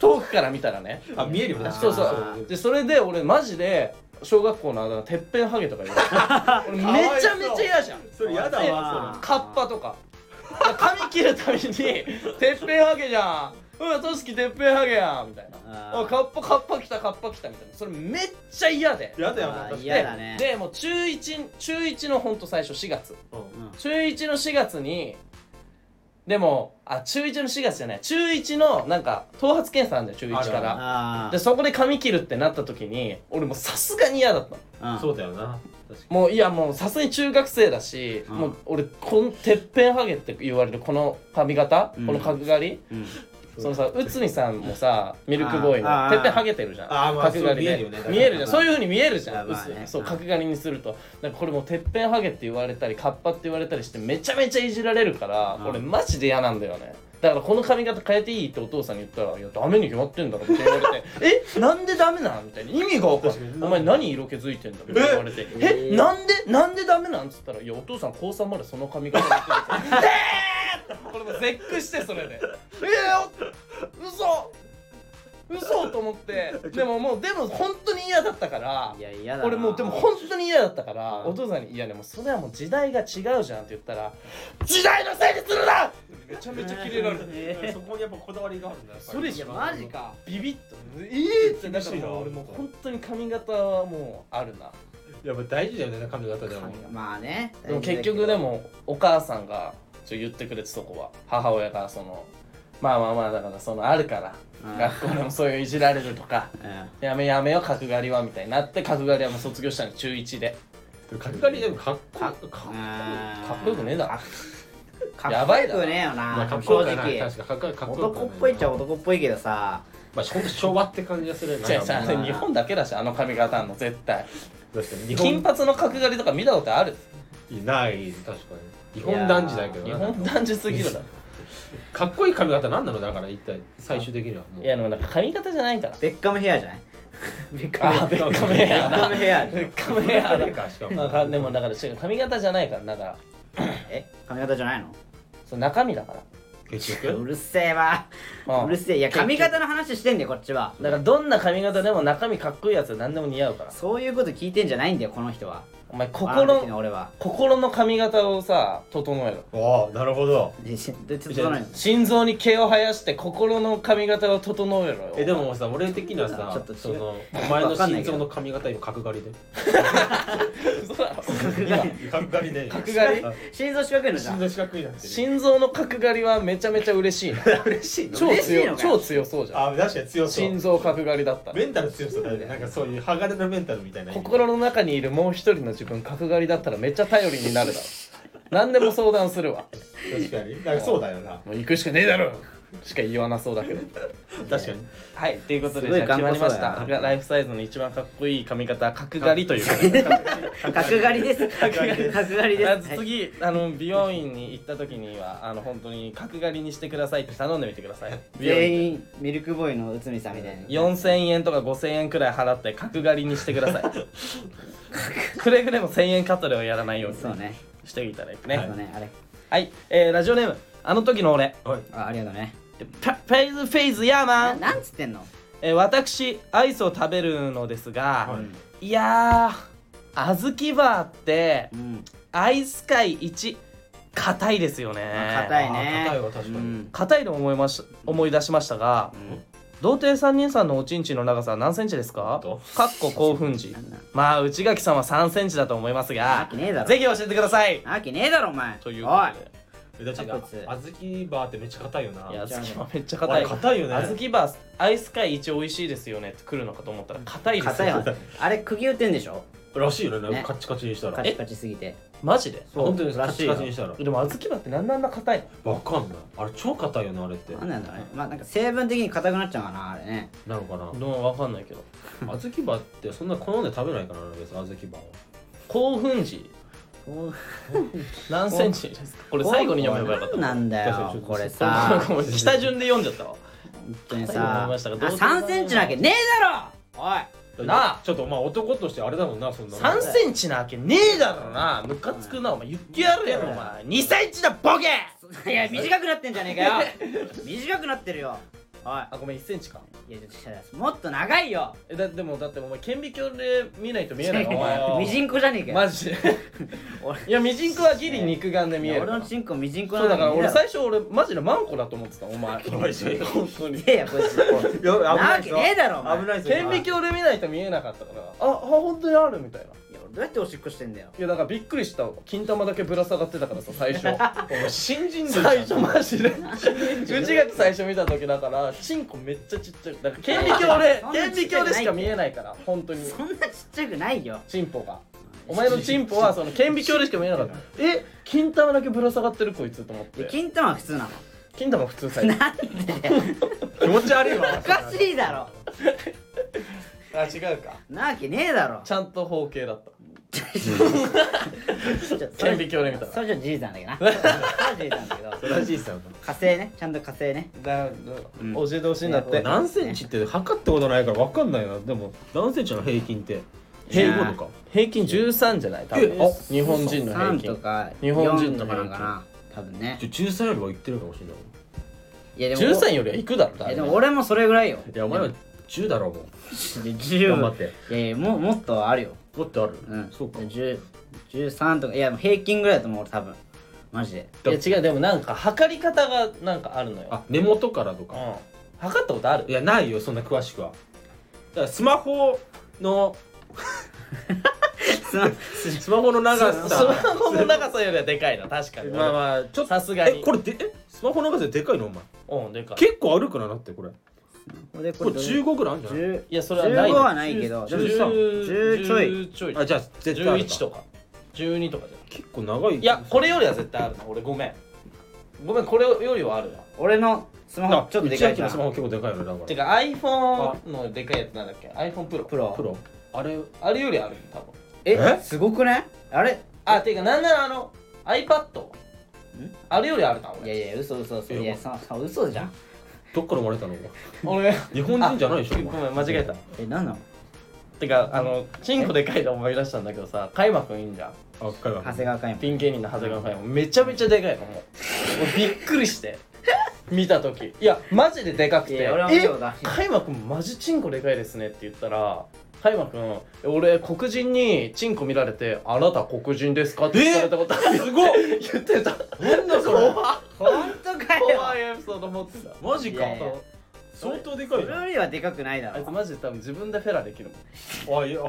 Speaker 2: 遠くから見たらね
Speaker 3: あ見えるよね
Speaker 1: あー
Speaker 2: そうそうでそれで俺マジで小学校のあだ名てっぺんハゲとか言われて俺めちゃめちゃ嫌じゃん
Speaker 3: それやだわ
Speaker 1: あ
Speaker 2: カッパとか髪切るために「てっぺんハゲじゃんうんとしきてっぺんハゲやん」みたいな「
Speaker 1: あー
Speaker 2: おいカッパカッパ来たカッパ来た」みたいなそれめっちゃ嫌で
Speaker 3: やだよ
Speaker 1: あー
Speaker 3: ね
Speaker 1: 嫌だね
Speaker 2: ででもう中1中1のほんと最初4月
Speaker 3: うん
Speaker 2: 中1の4月にでもあ中1の4月じゃない中1のなんか頭髪検査なんだよ中1か
Speaker 3: あ
Speaker 2: ら
Speaker 1: あ
Speaker 2: でそこで髪切るってなった時に俺もうさすがに嫌だったの
Speaker 1: あ
Speaker 3: そうだよな確か
Speaker 2: もういやもうさすがに中学生だし、
Speaker 1: うん
Speaker 2: もう俺このてっぺんハゲって言われるこの髪型、
Speaker 1: うん
Speaker 2: この角刈り、
Speaker 1: うん
Speaker 2: そのさ内海さんもさミルクボー
Speaker 1: あー
Speaker 2: イの
Speaker 1: あー
Speaker 2: てっぺんハゲてるじゃん
Speaker 3: あーまあ
Speaker 2: 角刈り
Speaker 3: そう見える
Speaker 2: で
Speaker 3: よねだから
Speaker 2: 見えるじゃんそういうふうに見えるじゃん、
Speaker 1: まあまあね
Speaker 2: 内そう
Speaker 1: うん
Speaker 2: 角刈りにするとなんかこれもうてっぺんハゲって言われたりカッパって言われたりしてめちゃめちゃいじられるから、
Speaker 1: うん
Speaker 2: 俺マジで嫌なんだよねだからこの髪型変えていいってお父さんに言ったら「いやダメに決まってんだろ」って言われて「えなんでダメなん?」みたいな意味が分か
Speaker 3: 確か
Speaker 2: ん
Speaker 3: に
Speaker 2: ない「お前何色気づいてんだ」みたいな言われて「え
Speaker 1: え
Speaker 2: なんでなんでダメなん?」っつったら「いやお父さん高3までその髪型やってたからえー!」俺も絶句してそれで「えー、嘘嘘と思 ってでももうでも本当に嫌だったから
Speaker 1: いや嫌だな
Speaker 2: 俺もうでも本当に嫌だったから
Speaker 1: うん
Speaker 2: お父さんに「いやでもそれはもう時代が違うじゃん」って言ったら「時代のせいにするな!」めちゃめちゃキレられて
Speaker 1: え
Speaker 3: にそこにやっぱこだわりがあるんだ
Speaker 2: それ
Speaker 1: いやマジか
Speaker 2: ビビッと「えー!」ってだ
Speaker 3: 厳
Speaker 2: か
Speaker 3: しいな
Speaker 2: らもう俺もう本当に髪型はもうあるな
Speaker 3: やっぱ大事だよね髪型でも
Speaker 1: まあね
Speaker 2: でも結局でもお母さんがちょ言ってくれてそこは母親がそのまあまあまあだからそのあるから
Speaker 1: うん
Speaker 2: 学校でもそういういじられるとか
Speaker 1: うん
Speaker 2: やめやめよ角刈りはみたいになって角刈りはもう卒業したの中1で
Speaker 3: 角刈りでもかっこいいかっ
Speaker 2: かっこよくねえだ
Speaker 1: か
Speaker 2: や
Speaker 1: っこ
Speaker 2: ばい
Speaker 1: よ
Speaker 2: だろ
Speaker 1: くねえよな
Speaker 3: かっこ
Speaker 1: 正
Speaker 3: よくない
Speaker 1: 直
Speaker 3: 確かかっこいいかっこよくない
Speaker 1: 男っぽいっちゃ男っぽいけどさ
Speaker 3: まあほんと昭和って感じがするよね
Speaker 2: 違う違う
Speaker 1: まあ
Speaker 2: 日本だけだしあの髪型あんの絶対
Speaker 3: 確かに日
Speaker 2: 金
Speaker 3: 本
Speaker 2: 髪の角刈りとか見たことある
Speaker 3: いない確かに日本男児だけど
Speaker 2: 日
Speaker 3: な
Speaker 2: 本男児すぎるだろ
Speaker 3: かっこいい髪型なんなのだから一体最終的にはもう
Speaker 2: いやでもなんか髪型じゃないから
Speaker 1: ベッカムヘアじゃない ベッカム
Speaker 2: あベ
Speaker 1: ヘア
Speaker 2: ッカムヘア
Speaker 1: ベッカ
Speaker 2: な
Speaker 1: ムヘア
Speaker 2: ベ ッカムヘアだ
Speaker 3: かしかも
Speaker 2: なんかでもだから違う髪型じゃないからだから
Speaker 1: え髪型じゃないの
Speaker 2: その中身だから
Speaker 3: 結
Speaker 1: う
Speaker 3: 局
Speaker 1: るせえわ
Speaker 2: うん
Speaker 1: うるせえいや
Speaker 2: 結局
Speaker 1: 髪型の話してんだよこっちは
Speaker 2: だからどんな髪型でも中身かっこいいやつは何でも似合うから
Speaker 1: そういうこと聞いてんじゃないんだよこの人は
Speaker 2: お前
Speaker 1: あの時の
Speaker 2: 心
Speaker 1: 俺は
Speaker 2: 心の髪型をさ整えろ
Speaker 3: ああなるほど
Speaker 1: でしでちょっとどうなん
Speaker 2: 心臓に毛を生やして心の髪型を整えろよ
Speaker 3: えでもさ俺的にはさ
Speaker 1: ちょっと違う
Speaker 3: そのお前の
Speaker 1: わかんないけ
Speaker 3: 心
Speaker 1: ど
Speaker 3: 臓の髪型今角刈りで
Speaker 2: 嘘だろ
Speaker 3: 角刈りで
Speaker 2: 角刈り
Speaker 3: あ
Speaker 1: 心臓四角いのじゃ
Speaker 3: 心
Speaker 1: ん
Speaker 3: 臓四角になってる
Speaker 2: 心臓の角刈りはめちゃめちゃ嬉しい な
Speaker 3: 嬉しいの
Speaker 2: 超
Speaker 1: 嬉しい
Speaker 2: 強
Speaker 1: の
Speaker 2: い
Speaker 1: かよ
Speaker 2: 超強そうじゃん
Speaker 3: あ確かに強そう
Speaker 2: 心臓角刈りだったら
Speaker 3: メンタル強そうだねなんかそういう鋼のメンタルみたいな
Speaker 2: 心の中にいるもう一人の自分角刈りだったらめっちゃ頼りになるだろ何でも相談するわ
Speaker 3: 確かになんかそうだよな
Speaker 2: もう行くしかねえだろしか言わなそうだけど
Speaker 3: 確かに
Speaker 2: はいということです
Speaker 1: ごい
Speaker 2: じゃあ決まりました
Speaker 1: 頑固そうだ
Speaker 2: ライフサイズの一番かっこいい髪型は角刈りということで
Speaker 1: 角刈りです角
Speaker 3: 刈りです
Speaker 1: 刈り
Speaker 2: あ
Speaker 1: ですはい
Speaker 2: 次あの美容院に行った時にはあの本当に角刈りにしてくださいって頼んでみてください美容院
Speaker 1: 全員ミルクボーイの内海さんみたいな
Speaker 2: 4000円とか5000円くらい払って角刈りにしてくださいくれぐれも1000円カットではやらないように
Speaker 1: そうね
Speaker 2: していただいて
Speaker 1: そ
Speaker 2: ね
Speaker 1: うねあれ
Speaker 2: はい、えーラジオネームあの時の俺
Speaker 3: はい
Speaker 1: あありがとうね
Speaker 2: パフェイズフェイズヤーマ
Speaker 1: な
Speaker 2: ン、
Speaker 1: なんつってんの
Speaker 2: えー私アイスを食べるのですが
Speaker 3: は、
Speaker 2: い、やー小豆バーって
Speaker 1: うん
Speaker 2: アイス界一硬いですよね
Speaker 1: まあ硬いね
Speaker 3: あ硬いわ確かに
Speaker 1: うん
Speaker 2: 硬いのを思いまし思い出しましたが、
Speaker 1: うん
Speaker 2: 童貞三人さんのおちんちんの長さは何センチですか
Speaker 3: ど
Speaker 2: かっこ興奮時
Speaker 1: なんなん
Speaker 2: まあ内垣さんは3センチだと思います
Speaker 1: な
Speaker 2: が
Speaker 1: わけねえだろ
Speaker 2: ぜひ教えてください
Speaker 1: なわけねえだろお前
Speaker 2: というこ
Speaker 1: おい
Speaker 2: とで
Speaker 3: えだって
Speaker 1: あこいつ
Speaker 3: あずきバーってめっちゃ硬いよない
Speaker 2: や
Speaker 1: じゃあ
Speaker 2: 小豆はめっちゃ
Speaker 3: あ
Speaker 2: 硬い
Speaker 3: れ硬いよね
Speaker 2: あずきバーアイス界一美味しいですよねって来るのかと思ったら硬いですよ
Speaker 1: 硬いわあれ釘打ってんでしょ
Speaker 3: らしいよね
Speaker 1: ね
Speaker 3: カチカチにしたら
Speaker 1: カチカチすぎて
Speaker 2: マジで
Speaker 3: 本当に
Speaker 1: ら
Speaker 3: カ
Speaker 1: しい
Speaker 3: チ
Speaker 1: よ
Speaker 3: カチにしたら
Speaker 2: でもあずきバーってなんであんな硬いの
Speaker 3: わかんないあれ超硬いよねあれって
Speaker 1: なんなんだろうねまあなんか成分的に硬くなっちゃうかなあれね
Speaker 3: なのかな
Speaker 2: どうもわかんないけど
Speaker 3: あずきバーってそんな好んで食べないからな別にあずきバーは
Speaker 2: 興奮時何センチですかこれ最後に読めばよかった
Speaker 1: なんなんだよこれ
Speaker 2: ご
Speaker 1: さ
Speaker 2: めんごめん北順で読んじゃったわ
Speaker 1: 本当に
Speaker 2: 最後に思
Speaker 1: さ
Speaker 2: い
Speaker 1: あ
Speaker 2: ましたがどうぞ
Speaker 1: 3センチなわけねえだろおい
Speaker 2: なあ
Speaker 3: ちょっとまあ男としてあれだもんなそんなの
Speaker 2: 3センチなわけねえだろなムカつくなお前言ってやるやろお前2センチだボケ
Speaker 1: いや短くなってんじゃねえか よ短くなってるよおい
Speaker 2: あごめん1センチか
Speaker 1: いやちょっともっと長いよ
Speaker 2: えだでもだってお前顕微鏡で見ないと見え ないお前
Speaker 1: みじんこじゃねえかよ
Speaker 2: マジで
Speaker 1: 俺
Speaker 2: いやミジンコはギリ肉眼で見える
Speaker 1: 俺のチンコみじんこ
Speaker 2: そうだから俺
Speaker 1: 最
Speaker 2: 最初俺マジでマンコだと思ってたお前
Speaker 3: かわいそう
Speaker 2: 本当に
Speaker 1: いやいや こいつ
Speaker 3: いや危
Speaker 1: なわ
Speaker 3: ない
Speaker 1: け
Speaker 3: ぞ
Speaker 1: ねえだろお前
Speaker 3: 危ないぞ
Speaker 2: 顕微鏡で見ないと見えなかったからああ本当にあるみたいない
Speaker 1: や俺どうやっておしっこしてんだよ
Speaker 2: いやだからびっくりした金玉だけぶら下がってたからさ最初
Speaker 3: お前新人類じゃん
Speaker 2: 最初マジでうちが最初見た時だからチンコめっちゃちっちゃいだから顕微鏡で
Speaker 1: そんな
Speaker 2: 顕
Speaker 1: ちっ
Speaker 2: 微
Speaker 1: ちゃくない
Speaker 2: 鏡でしか見えないから本当に
Speaker 1: そんなちっちゃくないよ
Speaker 2: チンポがお前のチンポはその顕微鏡でしか見えなかったえ金玉だけぶら下がってるこいつと思っ
Speaker 1: で
Speaker 2: て
Speaker 1: 金玉は普通なの
Speaker 2: 金玉普通サイズ
Speaker 3: 気持ち悪いわ
Speaker 1: おかしいだろ
Speaker 2: あ違うか
Speaker 1: なわけねえだろ
Speaker 2: ちゃんと方形だった
Speaker 1: ちょっとそれ
Speaker 2: 顕微鏡で見たら
Speaker 1: それじゃじいさんだけど なそれじゃじいさんだけど
Speaker 3: らしいさ
Speaker 1: 火星ねちゃんと火星ね
Speaker 2: だ
Speaker 1: うん
Speaker 2: 教えてほしいんだっ
Speaker 1: ね
Speaker 2: て
Speaker 3: 何センチって測ったことないから分かんないなでも何センチの平均って平5とか
Speaker 2: 平均13じゃない多分
Speaker 3: えあ
Speaker 2: 日本人の平
Speaker 1: 3と
Speaker 2: 均
Speaker 1: か
Speaker 2: 日本
Speaker 1: 4
Speaker 2: 人の平均
Speaker 1: とかなんかな多分ね
Speaker 3: ちょ13よりはいってるかもしれない
Speaker 1: いやでも
Speaker 2: 13よりはいくだろ
Speaker 1: いやで
Speaker 2: だ
Speaker 1: も俺もそれぐらいよ
Speaker 3: いやお前は10だろも
Speaker 1: 10
Speaker 3: 頑張って
Speaker 1: いやいやももっとあるよ
Speaker 3: うもっとある
Speaker 1: うん
Speaker 3: そうか
Speaker 1: 10 13とかいやもう平均ぐらいだと思う俺多分マジで
Speaker 2: いや違うでもなんか測り方がなんかあるのよ
Speaker 3: あ根元からと
Speaker 2: う
Speaker 3: か
Speaker 2: ん測ったことある
Speaker 3: いやないよそんな詳しくはだからスマホの
Speaker 1: すまん
Speaker 3: スマホの長
Speaker 2: スマ
Speaker 3: さ
Speaker 2: ホの長さよりはでかいな確かに
Speaker 3: まあまあちょっと
Speaker 2: さすがに
Speaker 3: えこれでえスマホの長さでかいのお前
Speaker 2: うんでかい
Speaker 3: 結構あるからなってこれ
Speaker 1: で
Speaker 3: これ15ぐらいあるんじゃない
Speaker 1: 10
Speaker 2: いやそれはない
Speaker 1: 15はないけどでも
Speaker 3: 10
Speaker 2: 10
Speaker 1: 10ちょい
Speaker 2: ちょい
Speaker 3: あじゃあ絶対ある
Speaker 2: 11とか12とかじゃ
Speaker 3: 結構長い
Speaker 2: んいやこれよりは絶対あるな俺ごめんごめんこれよりはあるわ
Speaker 1: 俺のスマ
Speaker 3: あ
Speaker 1: ホち
Speaker 3: ちょ
Speaker 1: ょ
Speaker 3: っ
Speaker 1: っとで
Speaker 3: とでか
Speaker 1: か
Speaker 3: い
Speaker 1: いな
Speaker 3: スマホ結構でかいよねだか
Speaker 2: てか iPhone のでかいやつなんだっけ iPhone プロ
Speaker 1: プ
Speaker 3: らプ
Speaker 1: ロ
Speaker 3: ロあれ
Speaker 2: あれよりある多分
Speaker 1: え
Speaker 3: え
Speaker 1: すごくねあれ
Speaker 2: あてかなんならあの iPad あれよりあるない俺
Speaker 1: やいや嘘嘘嘘い
Speaker 3: いや
Speaker 1: やそそ嘘じゃん
Speaker 3: どっから生まれたの
Speaker 2: 俺
Speaker 3: 日本人じゃないでしょ
Speaker 2: あごめん間違えた
Speaker 1: えなんなの
Speaker 2: てかあのチンコでかいの思い出したんだけどさカイマくんいいんじゃん
Speaker 3: あっかいわ
Speaker 1: 長谷川かいも
Speaker 2: ピン芸人の長谷川さんもめちゃめちゃでかいのもう俺びっくりして見た時いやマジででかくて
Speaker 1: いや俺も見たことあ
Speaker 2: えカイマくんマジチンコでかいですね」って言ったら「カイマくん俺黒人にチンコ見られてあなた黒人ですか?」って聞かれたことあるすごい言ってた
Speaker 3: なんだそれ
Speaker 1: 本当かよ
Speaker 2: 怖いエピソード持ってた
Speaker 3: マジか
Speaker 1: いやいや
Speaker 3: 相当で
Speaker 1: そ
Speaker 3: か
Speaker 1: れ
Speaker 3: いじゃん
Speaker 1: よりはでかくないだ
Speaker 2: あいつ
Speaker 1: ろ
Speaker 2: マジで多分自分でフェラできるもん
Speaker 3: あいや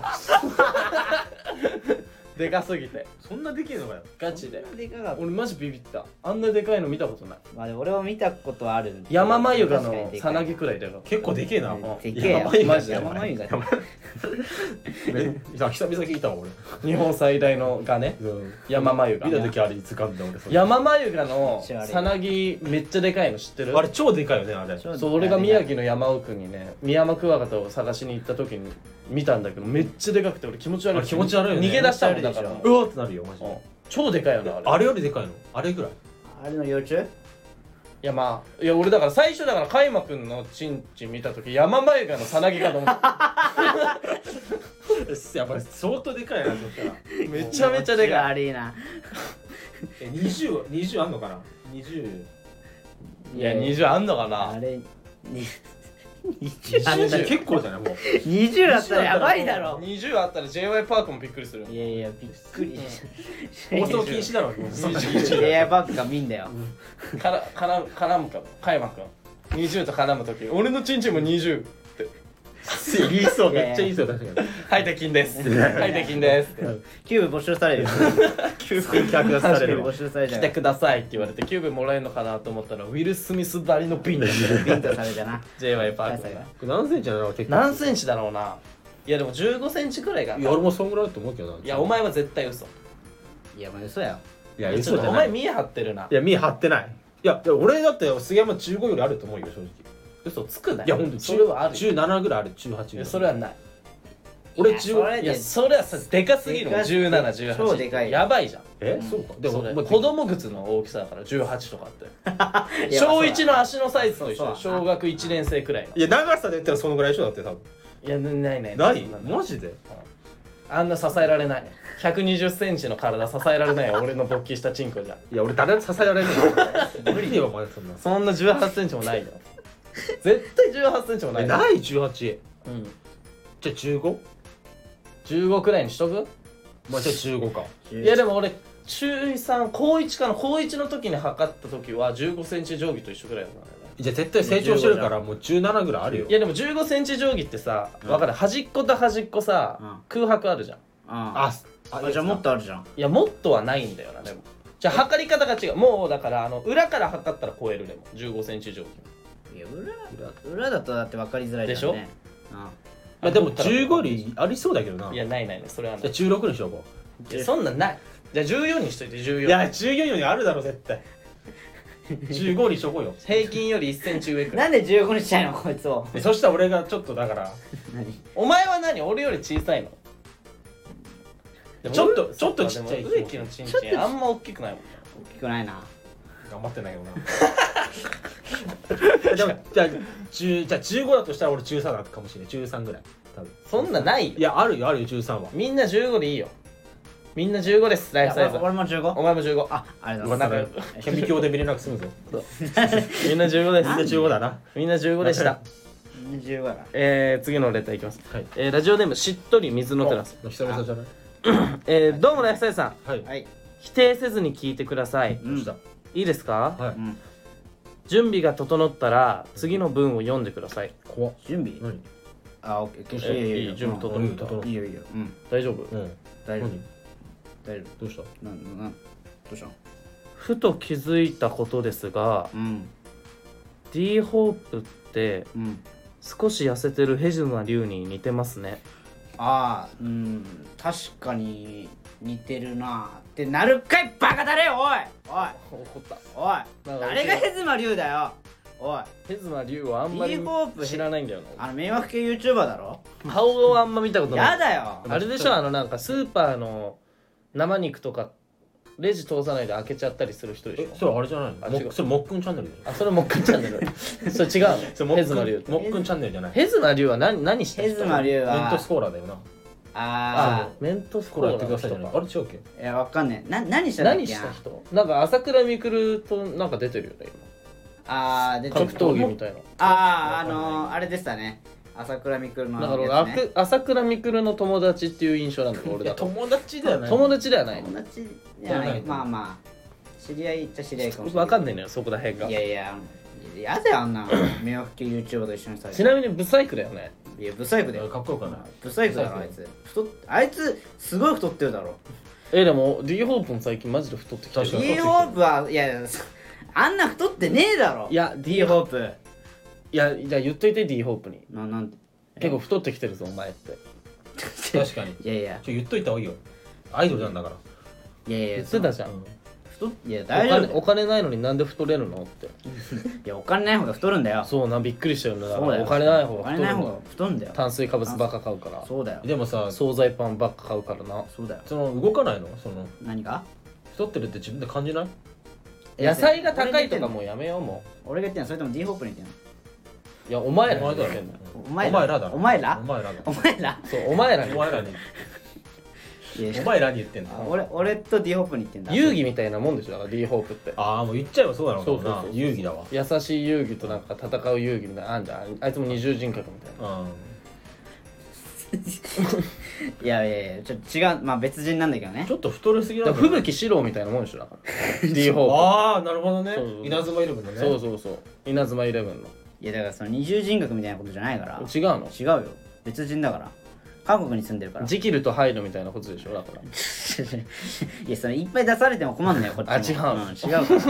Speaker 2: でかすぎて
Speaker 3: そんなできるのかよ
Speaker 2: ガチで
Speaker 1: でかかった
Speaker 2: 俺マジビビったあんなでかいの見たことない
Speaker 1: まあでも俺も見たことはあるんだけど
Speaker 2: 山眉が
Speaker 1: 確かに
Speaker 2: の
Speaker 1: でか
Speaker 2: さ
Speaker 1: い
Speaker 2: なぎくらいだよ
Speaker 3: 結構でけえな
Speaker 1: でけえ
Speaker 3: や
Speaker 1: よ
Speaker 3: ばい
Speaker 2: マ
Speaker 3: マ
Speaker 2: ジ
Speaker 3: ジ
Speaker 2: で
Speaker 3: で
Speaker 2: や
Speaker 1: 山眉が
Speaker 3: えさ久々聞いたわ俺
Speaker 2: 日本最大のがね
Speaker 3: うん
Speaker 2: 山眉が
Speaker 3: 見た時あれ掴んだ俺それ
Speaker 2: 山眉がの
Speaker 1: 知らねえ
Speaker 2: さなぎめっちゃでかいの知ってる
Speaker 3: あれ超でかいよねあれ
Speaker 1: ちょっと
Speaker 2: そう俺が宮城の山奥にねミヤマクワガタを探しに行った時に見たんだけどめっちゃでかくて俺気持ち悪
Speaker 3: あ
Speaker 2: い
Speaker 3: れ気持ち悪いよね
Speaker 2: 逃げ出したもんだから
Speaker 3: うわってなるよマジ
Speaker 2: うん
Speaker 3: で
Speaker 2: 超でかいよなあれ
Speaker 3: あれよりでかいのあれぐらい
Speaker 1: あれの幼虫
Speaker 2: いやまあいや俺だから最初だからカイマくんのチンチン見た時山眉がのさなぎかと思った
Speaker 3: やっぱり相当でかいなと思ったら
Speaker 2: めちゃめちゃでかい
Speaker 1: 悪いな
Speaker 3: え20 20あんのかな20
Speaker 2: いや20あんのか
Speaker 1: あ
Speaker 2: な
Speaker 1: れ に20あった
Speaker 3: 20結構じゃないもう
Speaker 1: 20あったらやばいだろ
Speaker 2: 20あったら j y パークもびっくりする
Speaker 1: いやいやびっくりし
Speaker 3: 放送禁止だろもう
Speaker 1: た レアバッグが見んだよ
Speaker 2: からから絡むかもカイマくん20と絡む時俺のチンチンも20
Speaker 3: 言いそうめっちゃ言いそう確かに
Speaker 2: はいできんですはいできんですって
Speaker 1: キューブ募集され るよ
Speaker 3: 急に客が
Speaker 1: キ
Speaker 3: され
Speaker 1: ュー
Speaker 3: る
Speaker 1: ブ募集されちゃ
Speaker 2: 来
Speaker 1: う
Speaker 2: てくださいって言われてキューブもらえるのかなと思ったらウィル・スミスばりの瓶だった
Speaker 1: ビンタされたな
Speaker 2: j y パー
Speaker 1: 高
Speaker 2: ク
Speaker 1: さが
Speaker 2: が
Speaker 3: 何センチなの結構
Speaker 2: 何センチだろうないやでも15センチくらいが
Speaker 3: いや俺もそんぐらいだと思うけどない
Speaker 2: やお前は絶対嘘
Speaker 1: いやもう嘘や
Speaker 3: いや
Speaker 2: ちょ
Speaker 3: 嘘
Speaker 2: っ
Speaker 3: じ
Speaker 2: と
Speaker 3: ゃ
Speaker 2: お
Speaker 3: な
Speaker 2: 前
Speaker 3: い
Speaker 2: 見え張ってるない
Speaker 3: や見張ってないいやいや俺だって杉山中5よりあると思うよ正直
Speaker 2: 嘘つくない
Speaker 3: いやほんと
Speaker 2: それはあるよ
Speaker 3: 17ぐらいある18
Speaker 2: い
Speaker 3: ぐら
Speaker 2: や
Speaker 3: い
Speaker 2: それはない
Speaker 3: 俺
Speaker 1: いや
Speaker 3: 中
Speaker 1: それ
Speaker 2: いやそれはさでかすぎるもん
Speaker 1: でかすぎる
Speaker 2: 1718
Speaker 1: 超でかいよ
Speaker 2: やばいじゃん
Speaker 3: えそうか
Speaker 2: で
Speaker 3: でも
Speaker 2: も、
Speaker 3: まあ
Speaker 2: 子供靴の大きさだから18とかって
Speaker 1: いや
Speaker 2: 小1の足のサイズと一
Speaker 1: そ
Speaker 2: 緒
Speaker 1: うそう
Speaker 2: 小学1年生くらいの
Speaker 3: いや長さで言ったらそのぐらいでしょだって多分
Speaker 2: いやないない
Speaker 3: ない
Speaker 2: そんの
Speaker 3: マジで
Speaker 2: あんな支えられない1 2 0ンチの体支えられないよ俺の勃起したチンコじゃ
Speaker 3: いや俺誰に支えられない 無理よお前そんな
Speaker 2: そんな1 8ンチもないよ絶対1 8ンチもない
Speaker 3: え
Speaker 2: よ
Speaker 3: ない18
Speaker 2: うん、
Speaker 3: じゃあ 15?
Speaker 2: 15くらいにしとく
Speaker 3: まあじゃあ15か
Speaker 2: いやでも俺中3高1かな高1の時に測った時は1 5ンチ定規と一緒くらいだからね
Speaker 3: じゃあ絶対成長してるからもう17ぐらいあるよ
Speaker 2: いやでも1 5ンチ定規ってさ分かる端っこと端っこさ、
Speaker 1: うん
Speaker 2: 空白あるじゃん
Speaker 1: あ
Speaker 3: あ
Speaker 1: あじゃあもっとあるじゃん
Speaker 2: いやもっとはないんだよなでもじゃあ測り方が違うもうだからあの裏から測ったら超えるでも1 5ンチ定規
Speaker 1: いや裏裏だとだって分かりづらいじゃんね
Speaker 3: まあでも15よりありそうだけどない
Speaker 2: やないないないそれはな
Speaker 3: じゃ
Speaker 2: い
Speaker 3: あ16にしようか
Speaker 2: いやそんなんないじゃあ14にしといて14
Speaker 3: いや14よりあるだろ絶 対15にしとこうよ
Speaker 2: 平均より1センチ上
Speaker 1: う
Speaker 2: く
Speaker 1: ん
Speaker 2: らい
Speaker 1: なんで15日ないの こいつを
Speaker 3: でそしたら俺がちょっとだから
Speaker 2: お前は何俺より小さいの
Speaker 3: ちょっとちょっと
Speaker 2: そか
Speaker 3: ちっちゃい
Speaker 2: でも植木のチンチンあんま大きくないもん
Speaker 1: 大きくないな
Speaker 3: 頑張ってないけどな でもじゃあ10じゃあ15だとしたら俺13だったかもしれない13ぐらい多分
Speaker 2: そんなない
Speaker 3: い
Speaker 2: よ
Speaker 3: やあるよあるよ13は
Speaker 2: みんな15でいいよみんな15ですライフサイズ
Speaker 1: いや俺も
Speaker 2: お
Speaker 1: 15?
Speaker 2: 前も15あ
Speaker 1: あありがとうござ
Speaker 3: ないん
Speaker 1: ま
Speaker 3: か顕微鏡で見れなく済むぞ
Speaker 2: みんな15で
Speaker 3: みんな
Speaker 2: す
Speaker 3: 15だな
Speaker 2: みんな15で した
Speaker 1: す15だな
Speaker 2: えー、次のレターいきます、
Speaker 3: はい
Speaker 2: えー、ラジオネームしっとり水のテラス、
Speaker 3: 久々じゃない
Speaker 2: えー、どうもライフサイズさん
Speaker 3: はい、
Speaker 1: はい
Speaker 2: 否定せずに聞いてください
Speaker 1: うん
Speaker 3: どうした
Speaker 2: いいですか
Speaker 3: はい、
Speaker 1: うん
Speaker 2: 準備が整ったら次の文を読んでください
Speaker 3: 怖っ
Speaker 1: 準備
Speaker 3: 何
Speaker 1: あ、オッケー、決
Speaker 2: え
Speaker 1: して
Speaker 2: いい準備
Speaker 3: と
Speaker 2: 整った
Speaker 3: うん
Speaker 1: いいよいいよ。うん、
Speaker 2: 大丈夫
Speaker 3: うん
Speaker 1: 大丈夫
Speaker 3: 何。
Speaker 1: 大丈
Speaker 3: どうした
Speaker 1: 夫。なん、なん、どうしたの
Speaker 2: ふと気づいたことですが
Speaker 1: うん、
Speaker 2: D ホープって
Speaker 1: うん。
Speaker 2: 少し痩せてるヘジュナリュウに似てますね
Speaker 1: ああ、うん、確かに似てるなってなるかいバカだれおいおい
Speaker 2: 怒った
Speaker 1: おい誰がヘズマリュウだよおい
Speaker 2: ヘジュナリュウはあんまり
Speaker 1: D ホープ
Speaker 2: 知らないんだよ
Speaker 1: あの迷惑系 YouTuber だろ
Speaker 2: な顔をあんま見たことない
Speaker 1: やだよ
Speaker 2: あれでしょあのなんかスーパーの生肉とかレジ通さないで開けちゃったりする人でし
Speaker 3: え
Speaker 2: ょ
Speaker 3: それあれじゃない
Speaker 2: あ
Speaker 3: の
Speaker 2: 違う
Speaker 3: もそれもっくんチャンネルじゃ
Speaker 2: あそれもっくんチャンネルそれ違う
Speaker 3: そ
Speaker 2: の
Speaker 3: れ
Speaker 2: ヘズマリュウっ
Speaker 3: も
Speaker 2: て
Speaker 3: っくんチャンネルじゃないメン
Speaker 2: ヘズマリュウは何何して
Speaker 1: ヘズマリュウ
Speaker 3: ト
Speaker 1: は
Speaker 3: スコーラだよな
Speaker 1: あ
Speaker 2: メントス
Speaker 3: コ
Speaker 2: コ
Speaker 3: ーラ
Speaker 2: ー
Speaker 3: や
Speaker 2: ラ
Speaker 3: ってくださいじゃないあれ違うっけ
Speaker 1: あいやわかんねえな何したんだっ
Speaker 2: 何
Speaker 1: け
Speaker 2: し
Speaker 1: な
Speaker 2: た人なんか朝倉未来となんか出てるよね
Speaker 1: あーで
Speaker 2: 格闘技みたいな
Speaker 1: あああのー、あれでしたね朝倉未来の
Speaker 2: だから俺
Speaker 1: やつね
Speaker 2: あく朝倉未来の友達っていう印象なんだけど俺だと
Speaker 3: 友達だよね
Speaker 2: 友達ではない
Speaker 1: 友達じゃないまあまあ知り合いっちゃ知り合いかもしれない
Speaker 2: 分かんないのよそこら辺が
Speaker 1: いやいややだよあんな迷惑系 YouTuber と一緒にされて
Speaker 2: ちなみにブサイクだよね
Speaker 1: いやブサイクだよ
Speaker 3: かっこよくない
Speaker 1: ブサイクだろあいつ太っあいつすごい太ってるだろ
Speaker 2: えでも D ホープも最近マジで太ってきてる
Speaker 3: 確かに
Speaker 1: D ホープはいやいやそあんな太ってねえだろ
Speaker 2: いや
Speaker 1: D ホープ
Speaker 2: いやじゃあ言っといて D ホープに
Speaker 1: ななんて
Speaker 2: 結構太ってきてるぞお前って
Speaker 3: 確かに
Speaker 1: いやいや
Speaker 3: ちょ言っといた方がいいよアイドルなんだから
Speaker 1: いやいや
Speaker 2: 言ってたじゃん
Speaker 3: うん
Speaker 1: 太っいや
Speaker 2: お
Speaker 1: 大丈
Speaker 2: 金
Speaker 1: 夫
Speaker 2: お金ないのになんで太れるのって
Speaker 1: いやお金ない方が太るんだよ
Speaker 2: そうなびっくりしたよねだか
Speaker 1: そうだ
Speaker 2: ら
Speaker 1: よ
Speaker 2: お金ない方
Speaker 1: お
Speaker 2: が
Speaker 1: 金な
Speaker 2: 太る
Speaker 1: い
Speaker 2: ん
Speaker 1: 方
Speaker 2: だ
Speaker 1: が
Speaker 2: よ
Speaker 1: 太るんだよ
Speaker 2: 炭水化物ばっか買うから
Speaker 1: そうだよ
Speaker 3: でもさ
Speaker 2: 惣菜パンばっか買うからな
Speaker 1: そうだよ
Speaker 3: その動かないのその
Speaker 1: 何が
Speaker 3: 太ってるって自分で感じない
Speaker 2: 野菜が高いとかもうやめようも
Speaker 1: 俺が言ってんのそれとも D ホープに言ってんの
Speaker 2: ういやお前ら
Speaker 3: お前
Speaker 2: に言
Speaker 3: だ
Speaker 2: って
Speaker 3: よ
Speaker 2: んの
Speaker 1: お前ら
Speaker 3: お前らだろ
Speaker 1: お前ら
Speaker 3: お前らだ
Speaker 1: お前ら
Speaker 2: そうお前らに
Speaker 3: お前らに
Speaker 1: いや
Speaker 3: お前らに言ってんだ
Speaker 1: あ俺俺と D ホープに言ってんだ
Speaker 2: 遊戯みたいなもんでしょだから D ホープって
Speaker 3: ああもう言っちゃえばそうだろう
Speaker 2: そうそう
Speaker 3: な
Speaker 2: そうそう
Speaker 3: 遊戯だわ
Speaker 2: 優しい遊戯となんか戦う遊戯みたいなのあんじゃんあいつも二重人格みたいな
Speaker 3: う
Speaker 1: いやいやいやちょっと違うまあ別人なんだけどね
Speaker 3: んちょっと太りすぎな
Speaker 2: だ
Speaker 3: の
Speaker 2: から吹雪四郎みたいなもんでしょだから D ホ
Speaker 3: ああなるほどね
Speaker 2: そうそうそう
Speaker 3: 稲妻イレブンの
Speaker 2: ー
Speaker 3: ね
Speaker 2: プそうそうそう稲妻イレブンの
Speaker 1: いやだからその二重人格みたいなことじゃないから
Speaker 2: 違うの
Speaker 1: 違うよ別人だから韓国に住んでるから
Speaker 2: ジキルとハイドみたいなことでしょだから
Speaker 1: いやそれいっぱい出されても困んのよこっちも
Speaker 2: あ違う
Speaker 1: うん、違うから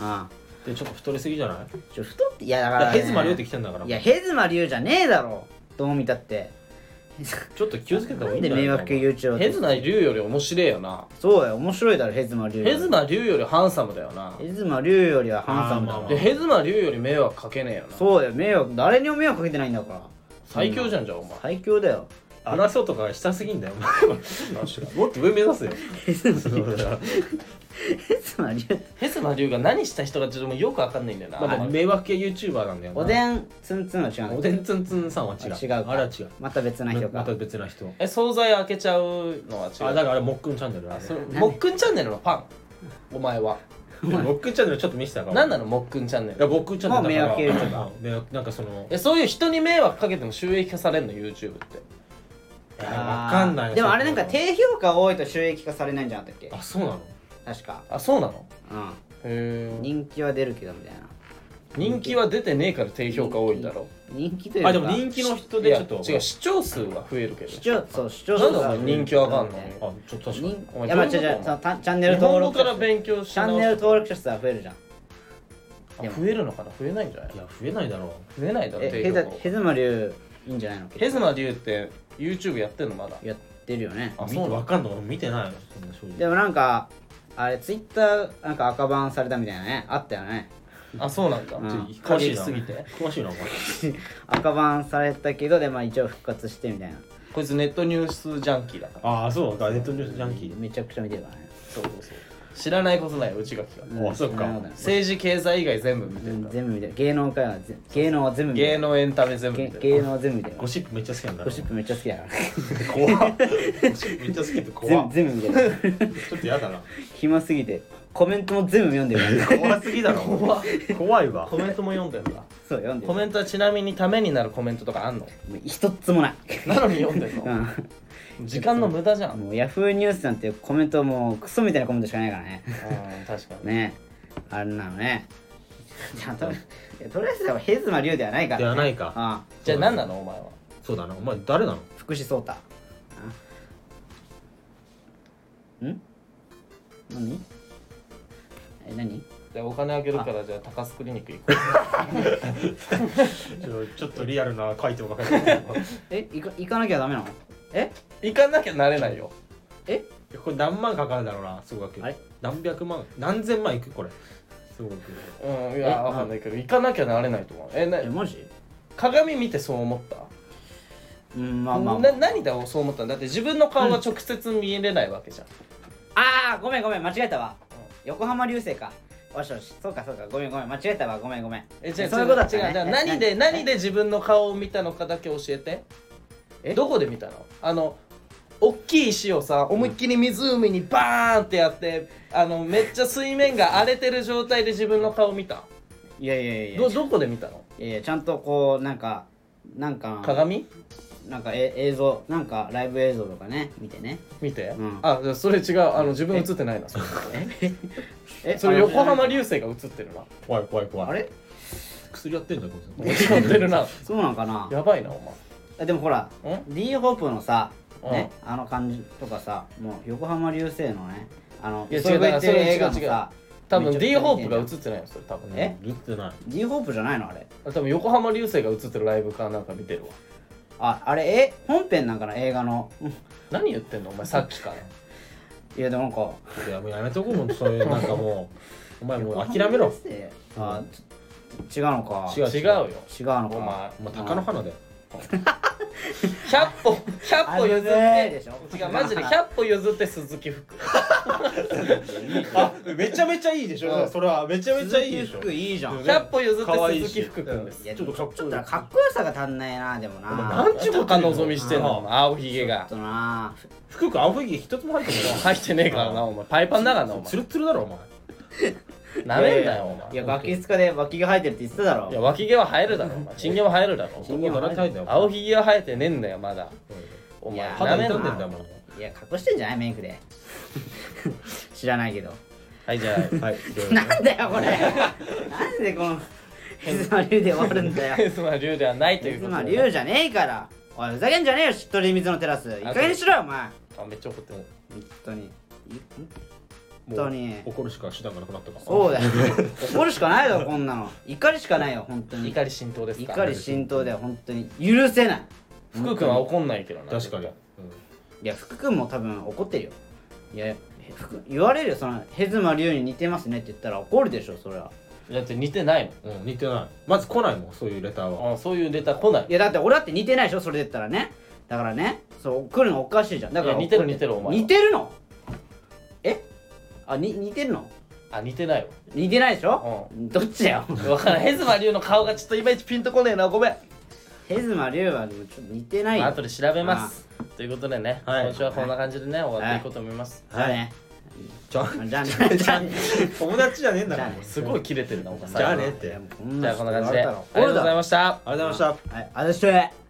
Speaker 1: あ
Speaker 3: でちょっと太りすぎじゃない
Speaker 1: ちょ太っていやだか、
Speaker 3: だからら
Speaker 1: ね、
Speaker 3: ヘズマリュウって来てんだから
Speaker 1: いやヘズマリュウじゃねえだろどう見たって
Speaker 3: ちょっと気をつけた方が
Speaker 1: ないん
Speaker 3: いんじ
Speaker 1: で
Speaker 3: ゃない
Speaker 1: 迷惑系 YouTuber
Speaker 2: ヘズナリュウより面白いよな
Speaker 1: そうだよ面白いだろヘズマリュウ
Speaker 2: ヘズナリュウよりハンサムだよな
Speaker 1: ヘズマリュウよりはハンサムだ
Speaker 3: あーまあま
Speaker 1: も
Speaker 3: あ
Speaker 1: ん
Speaker 2: でヘズナリュウより迷惑かけねえよな
Speaker 1: そうだよ迷惑誰にも迷惑かけてないんだから
Speaker 2: 最強じゃんじゃあお前
Speaker 1: 最強だよ
Speaker 3: 争うとかしたすぎんだよお前もっと上目指 すよ
Speaker 1: ヘズマリュウ
Speaker 2: ヘズナリュウが何した人がちょっともうよくわかんないんだよな、
Speaker 3: まだ迷惑系 YouTuber なんだよな
Speaker 1: おでんツンツンは違うんだ
Speaker 3: おでんつんつんさんは違う
Speaker 1: あ違うか
Speaker 3: あれは違う
Speaker 1: また別な人
Speaker 3: ま
Speaker 1: か
Speaker 3: た別な人
Speaker 2: え惣菜開けちゃうのは違
Speaker 3: あ
Speaker 2: う
Speaker 3: だからあれもっくんチャンネルだ
Speaker 2: あそれもっくんチャンネルのファンお前は
Speaker 3: もっくんチャンネルちょっと見せたから
Speaker 2: 何なのもっくんチャンネ
Speaker 3: いや
Speaker 2: ル
Speaker 3: 僕ちょっとだから
Speaker 1: もう迷惑系 YouTuber
Speaker 3: うん迷惑なんかその
Speaker 2: えそういう人に迷惑かけても収益化されんの YouTube って
Speaker 3: いやわかんないよ
Speaker 1: でも
Speaker 3: そこ
Speaker 1: あれなんか低評価多いと収益化されないんじゃなかったっけ
Speaker 3: あそうなの
Speaker 1: 確か
Speaker 2: あそうなの
Speaker 1: う
Speaker 2: へ
Speaker 1: ん
Speaker 2: え
Speaker 1: 人気は出るけどみたいな
Speaker 2: 人気は出てねえから低評価多いんだろ
Speaker 1: 人気というか
Speaker 3: あでも人気の人で
Speaker 2: い
Speaker 3: ち
Speaker 2: や
Speaker 3: ょっと
Speaker 2: 違う視聴数は増えるけど
Speaker 1: 視聴そう視聴
Speaker 2: な
Speaker 1: 者
Speaker 2: んでお
Speaker 1: が
Speaker 2: 前人気わかんの
Speaker 3: あちょっと確かに
Speaker 1: 人
Speaker 2: お前
Speaker 1: いやまあ違う
Speaker 2: どう
Speaker 1: 違
Speaker 2: いうこ
Speaker 1: う
Speaker 2: と
Speaker 1: そのたチャンネ
Speaker 2: 日
Speaker 1: ル登
Speaker 2: 本語
Speaker 1: 録
Speaker 2: から
Speaker 1: 者
Speaker 2: 勉強し
Speaker 1: チャンネル
Speaker 2: な
Speaker 1: 登録者数は増えるじゃん
Speaker 2: 増えるのかな増えないんじゃない
Speaker 3: いや増えないだろう
Speaker 2: 増えないだろ
Speaker 1: え
Speaker 2: 低
Speaker 1: ヘ
Speaker 2: 評
Speaker 1: ザ
Speaker 2: 価
Speaker 1: ヘズマリュウいいんじゃないの
Speaker 2: ヘズマリュウって YouTube やってんのまだ
Speaker 1: やってるよね
Speaker 2: あ
Speaker 3: 見
Speaker 2: そう
Speaker 3: て
Speaker 2: な
Speaker 3: わ
Speaker 2: の
Speaker 3: かんない俺見てないそんな正直
Speaker 1: でもなんかあれツイッターなんか赤バンされたみたいなねあったよね
Speaker 2: あそうなんだ
Speaker 1: うん
Speaker 2: ちょ過激すぎて
Speaker 3: 詳しいなお前
Speaker 1: 赤バンされたけどでまあ一応復活してみたいな
Speaker 2: こいつネットニュースジャンキーだから
Speaker 3: ああそうかネットニュースジャンキー
Speaker 1: めちゃくちゃ見てるからね
Speaker 2: そうそうそう知らないことないうちが聞か
Speaker 1: うん
Speaker 3: あそっか
Speaker 1: んなことない
Speaker 2: 政治経済以外全部見て
Speaker 1: う
Speaker 2: る
Speaker 1: ん
Speaker 2: から
Speaker 1: 全部見てる芸能界はぜ芸能は全部見て
Speaker 2: 芸
Speaker 1: る
Speaker 2: 能エンタメ全部見
Speaker 1: 芸
Speaker 2: てる
Speaker 1: 芸能は全部見てる
Speaker 3: ゴシップめっちゃ好きなんだ
Speaker 1: ゴシップめっちゃ好きだ から
Speaker 3: プ怖っゴシップめっちゃ好きって怖
Speaker 1: 全
Speaker 3: っ
Speaker 1: 部全部見て る
Speaker 3: ちょっとやだな
Speaker 1: 暇すぎてコメントも全部読んでるから
Speaker 3: 怖すぎだろ怖怖いわ
Speaker 2: コメントも読んでんだ
Speaker 1: そう読んで
Speaker 2: コ
Speaker 1: る
Speaker 2: メントはちなみにためになるコメントとかあんの
Speaker 1: 一つもない
Speaker 2: なのに読んでん
Speaker 1: う
Speaker 2: の
Speaker 1: ん
Speaker 2: 時間の無駄じゃんうん
Speaker 1: もうヤフーニュースなんてコメントもうクソみたいなコメントしかないからね
Speaker 2: 確かに
Speaker 1: ねあれなのねじゃあとりいやとりあえずでもヘズマリュウではないから、ね、
Speaker 3: ではないか
Speaker 1: あ
Speaker 2: じゃあ何なのお前は
Speaker 3: そうだなお前誰なの
Speaker 1: あ福士蒼太うん何え何
Speaker 2: じゃあお金あげるからじゃあ高須クリニック行く
Speaker 3: ちょちょっとリアルな回答が書いてある
Speaker 1: え行か行かなきゃダメなのえ
Speaker 2: 行かなきゃなれないよ
Speaker 1: え
Speaker 3: これ何万かかるだろうな総額
Speaker 1: あれ
Speaker 3: 何百万何千万いくこれ総額
Speaker 2: うんい
Speaker 1: え
Speaker 2: やわかんないけど行かなきゃなれないと思うえな
Speaker 1: えマジ
Speaker 2: 鏡見てそう思った
Speaker 1: うんまあまあ、ま
Speaker 2: な何だろうそう思ったんだって自分の顔は直接見れないわけじゃん
Speaker 1: ああーごめんごめん間違えたわ、横浜流星かよしよしそうかそうかごめんごめん間違えたわごめんごめん
Speaker 2: えじゃあ
Speaker 1: そういうことだった
Speaker 2: 違う
Speaker 1: ね
Speaker 2: じゃあ
Speaker 1: え
Speaker 2: 何で何で自分の顔を見たのかだけ教えて
Speaker 1: え
Speaker 2: どこで見たのあの大きい石をさ思いっきり湖にバーンってやってあのめっちゃ水面が荒れてる状態で自分の顔見た
Speaker 1: いやいやいやい
Speaker 2: ど
Speaker 1: や
Speaker 2: どこで見たの
Speaker 1: いやいやちゃんとこうなんかなんか
Speaker 2: 鏡
Speaker 1: なんかえ映像なんかライブ映像とかね見てね
Speaker 2: 見て、
Speaker 1: うん
Speaker 2: あじゃあそれ違うあの自分映ってないなそれ
Speaker 1: え
Speaker 2: それ横浜
Speaker 1: 流
Speaker 2: 流星が映ってるな
Speaker 3: 怖い怖い怖い
Speaker 1: あれ
Speaker 3: 薬やってんだよこい
Speaker 2: 映ってるな
Speaker 1: そうなんかな
Speaker 2: やばいなお
Speaker 1: えでもほら
Speaker 2: 前ん
Speaker 1: D ホープのさ
Speaker 2: うん
Speaker 1: ねあの感じとかさもう横浜流星のねあの
Speaker 2: いや
Speaker 1: それ
Speaker 2: 違う
Speaker 1: が言ってる
Speaker 2: だからそれ
Speaker 1: 映画のさ
Speaker 2: 多
Speaker 1: め
Speaker 2: 分
Speaker 1: ち
Speaker 2: D
Speaker 1: ゃくちゃ
Speaker 2: ホ
Speaker 1: 見
Speaker 2: ー
Speaker 1: て
Speaker 2: プ
Speaker 1: んじゃ
Speaker 2: が映
Speaker 1: ん
Speaker 2: ってないよそれ多分
Speaker 1: え
Speaker 3: つ打ってない
Speaker 1: D ホープじゃないのあれ
Speaker 2: 多分横浜流星が映ってるライブかなんか見てるわ
Speaker 1: ああれえ本編なんかな映画のうん
Speaker 2: 何言ってんのお前さっきから
Speaker 1: いやでもなんか
Speaker 3: ちょっとやめやめとこうもうそういうなんかも うお前もう諦めろ
Speaker 1: あち違うのか
Speaker 3: 違う
Speaker 2: 違うよ
Speaker 1: 違うのか
Speaker 2: お前
Speaker 3: もう貴乃花だよ
Speaker 2: 100歩100歩譲って
Speaker 1: でしょ
Speaker 2: 違う マジで100歩譲って鈴木福
Speaker 3: あめちゃめちゃいいでし
Speaker 2: ょ
Speaker 3: それはめちゃ
Speaker 1: めちゃいい服いいじゃん
Speaker 3: ね
Speaker 2: 100歩譲っ
Speaker 3: 可愛
Speaker 2: て
Speaker 3: いし
Speaker 2: 鈴木福くんです
Speaker 1: いや
Speaker 3: ちょっとかっこいい
Speaker 1: ちょっとかっこよさが足んないなでも
Speaker 3: お前
Speaker 1: な
Speaker 3: な
Speaker 1: ちょ
Speaker 3: んちゅうこと
Speaker 2: 高
Speaker 3: 言う
Speaker 2: 望みしてんのお前青ひげが
Speaker 1: っとな
Speaker 3: 服か青ひげ一つも入ってない
Speaker 2: 入ってねえからなお前パイパンだからなお
Speaker 3: つ
Speaker 2: 前
Speaker 3: るつるだろお前
Speaker 2: なめんなよお前
Speaker 1: いやガキ使で脇が生えてるって言ってただろ
Speaker 2: いや脇毛は生えるだろお前チン毛も生えるだろ
Speaker 1: チン
Speaker 3: 人
Speaker 1: ゲも
Speaker 3: 間
Speaker 1: 入
Speaker 3: 習
Speaker 1: ってない
Speaker 3: いたいんだよ
Speaker 2: 青ひげは生えてねえんだよまだお
Speaker 1: い
Speaker 2: 前
Speaker 1: や
Speaker 2: な
Speaker 3: 肌
Speaker 2: めん
Speaker 3: 傷んでんだ
Speaker 2: な
Speaker 3: よもう
Speaker 1: いや隠してんじゃないメイクで知らないけど
Speaker 2: はいじゃあ
Speaker 3: はい
Speaker 1: なんだよこれなんでこのヘズマリュウで終わるんだよ
Speaker 2: ヘズマ龍ではないとい
Speaker 1: ヘ
Speaker 2: う
Speaker 1: ズ
Speaker 2: こと
Speaker 1: マリ
Speaker 2: で
Speaker 1: ュウじゃねえからおいふざけんじゃねえよしっとり水のテラスいい加減にしろよお前本
Speaker 2: あめっちゃ怒ってる
Speaker 1: 当にい
Speaker 3: もう
Speaker 1: 本当に
Speaker 3: 怒るしか手段がなくなったから
Speaker 1: そうだよ怒るしかないだろこんなの怒りしかないよ本当に
Speaker 2: 怒り浸透ですか
Speaker 1: 怒り浸透だよ本当に許せない
Speaker 2: 福君は怒んないけどな
Speaker 3: 確かに
Speaker 2: 絶
Speaker 1: いや福君も多分怒ってるよいや福言われるよそのヘズマリュウに似てますねって言ったら怒るでしょそれは
Speaker 2: 対だって似てない
Speaker 3: うんうん似てないまず来ないもんそういうレターは
Speaker 2: もんあそういうレター来ない
Speaker 1: いやだって俺だって似てないでしょそれで言ったらねだからねそう来るのおかしいじゃんだから
Speaker 2: いや似てる
Speaker 1: 怒っ
Speaker 2: 似てるお前は
Speaker 1: 似てるのえあに似てるの
Speaker 2: あ似てないわ
Speaker 1: 似てないでしょ、どっちだよ
Speaker 2: 分からんヘズマ龍の顔がちょっといまいちピンとこねえなごめん
Speaker 1: ヘズマリュウはでもちょっと似てないよ、
Speaker 2: まあ後で調べますということでね
Speaker 3: はい
Speaker 2: 今週はこんな感じでね終わっていこうと思います
Speaker 1: じゃあね
Speaker 3: じゃ
Speaker 1: じゃあねじゃあね
Speaker 3: 友達じゃねえんだから
Speaker 1: じゃあね
Speaker 2: すごい切れてるなお前
Speaker 3: じゃあねっ
Speaker 1: い
Speaker 3: て
Speaker 1: や
Speaker 3: あ
Speaker 1: も
Speaker 3: り
Speaker 1: うこん
Speaker 2: じ
Speaker 1: な
Speaker 2: ゃあ
Speaker 1: 人
Speaker 2: こん
Speaker 1: が
Speaker 2: な感
Speaker 1: あ
Speaker 2: じ
Speaker 1: る
Speaker 2: で
Speaker 1: だ
Speaker 2: あ
Speaker 1: ろ
Speaker 2: りがとうございました
Speaker 3: がとうございました
Speaker 1: はいありがとうございました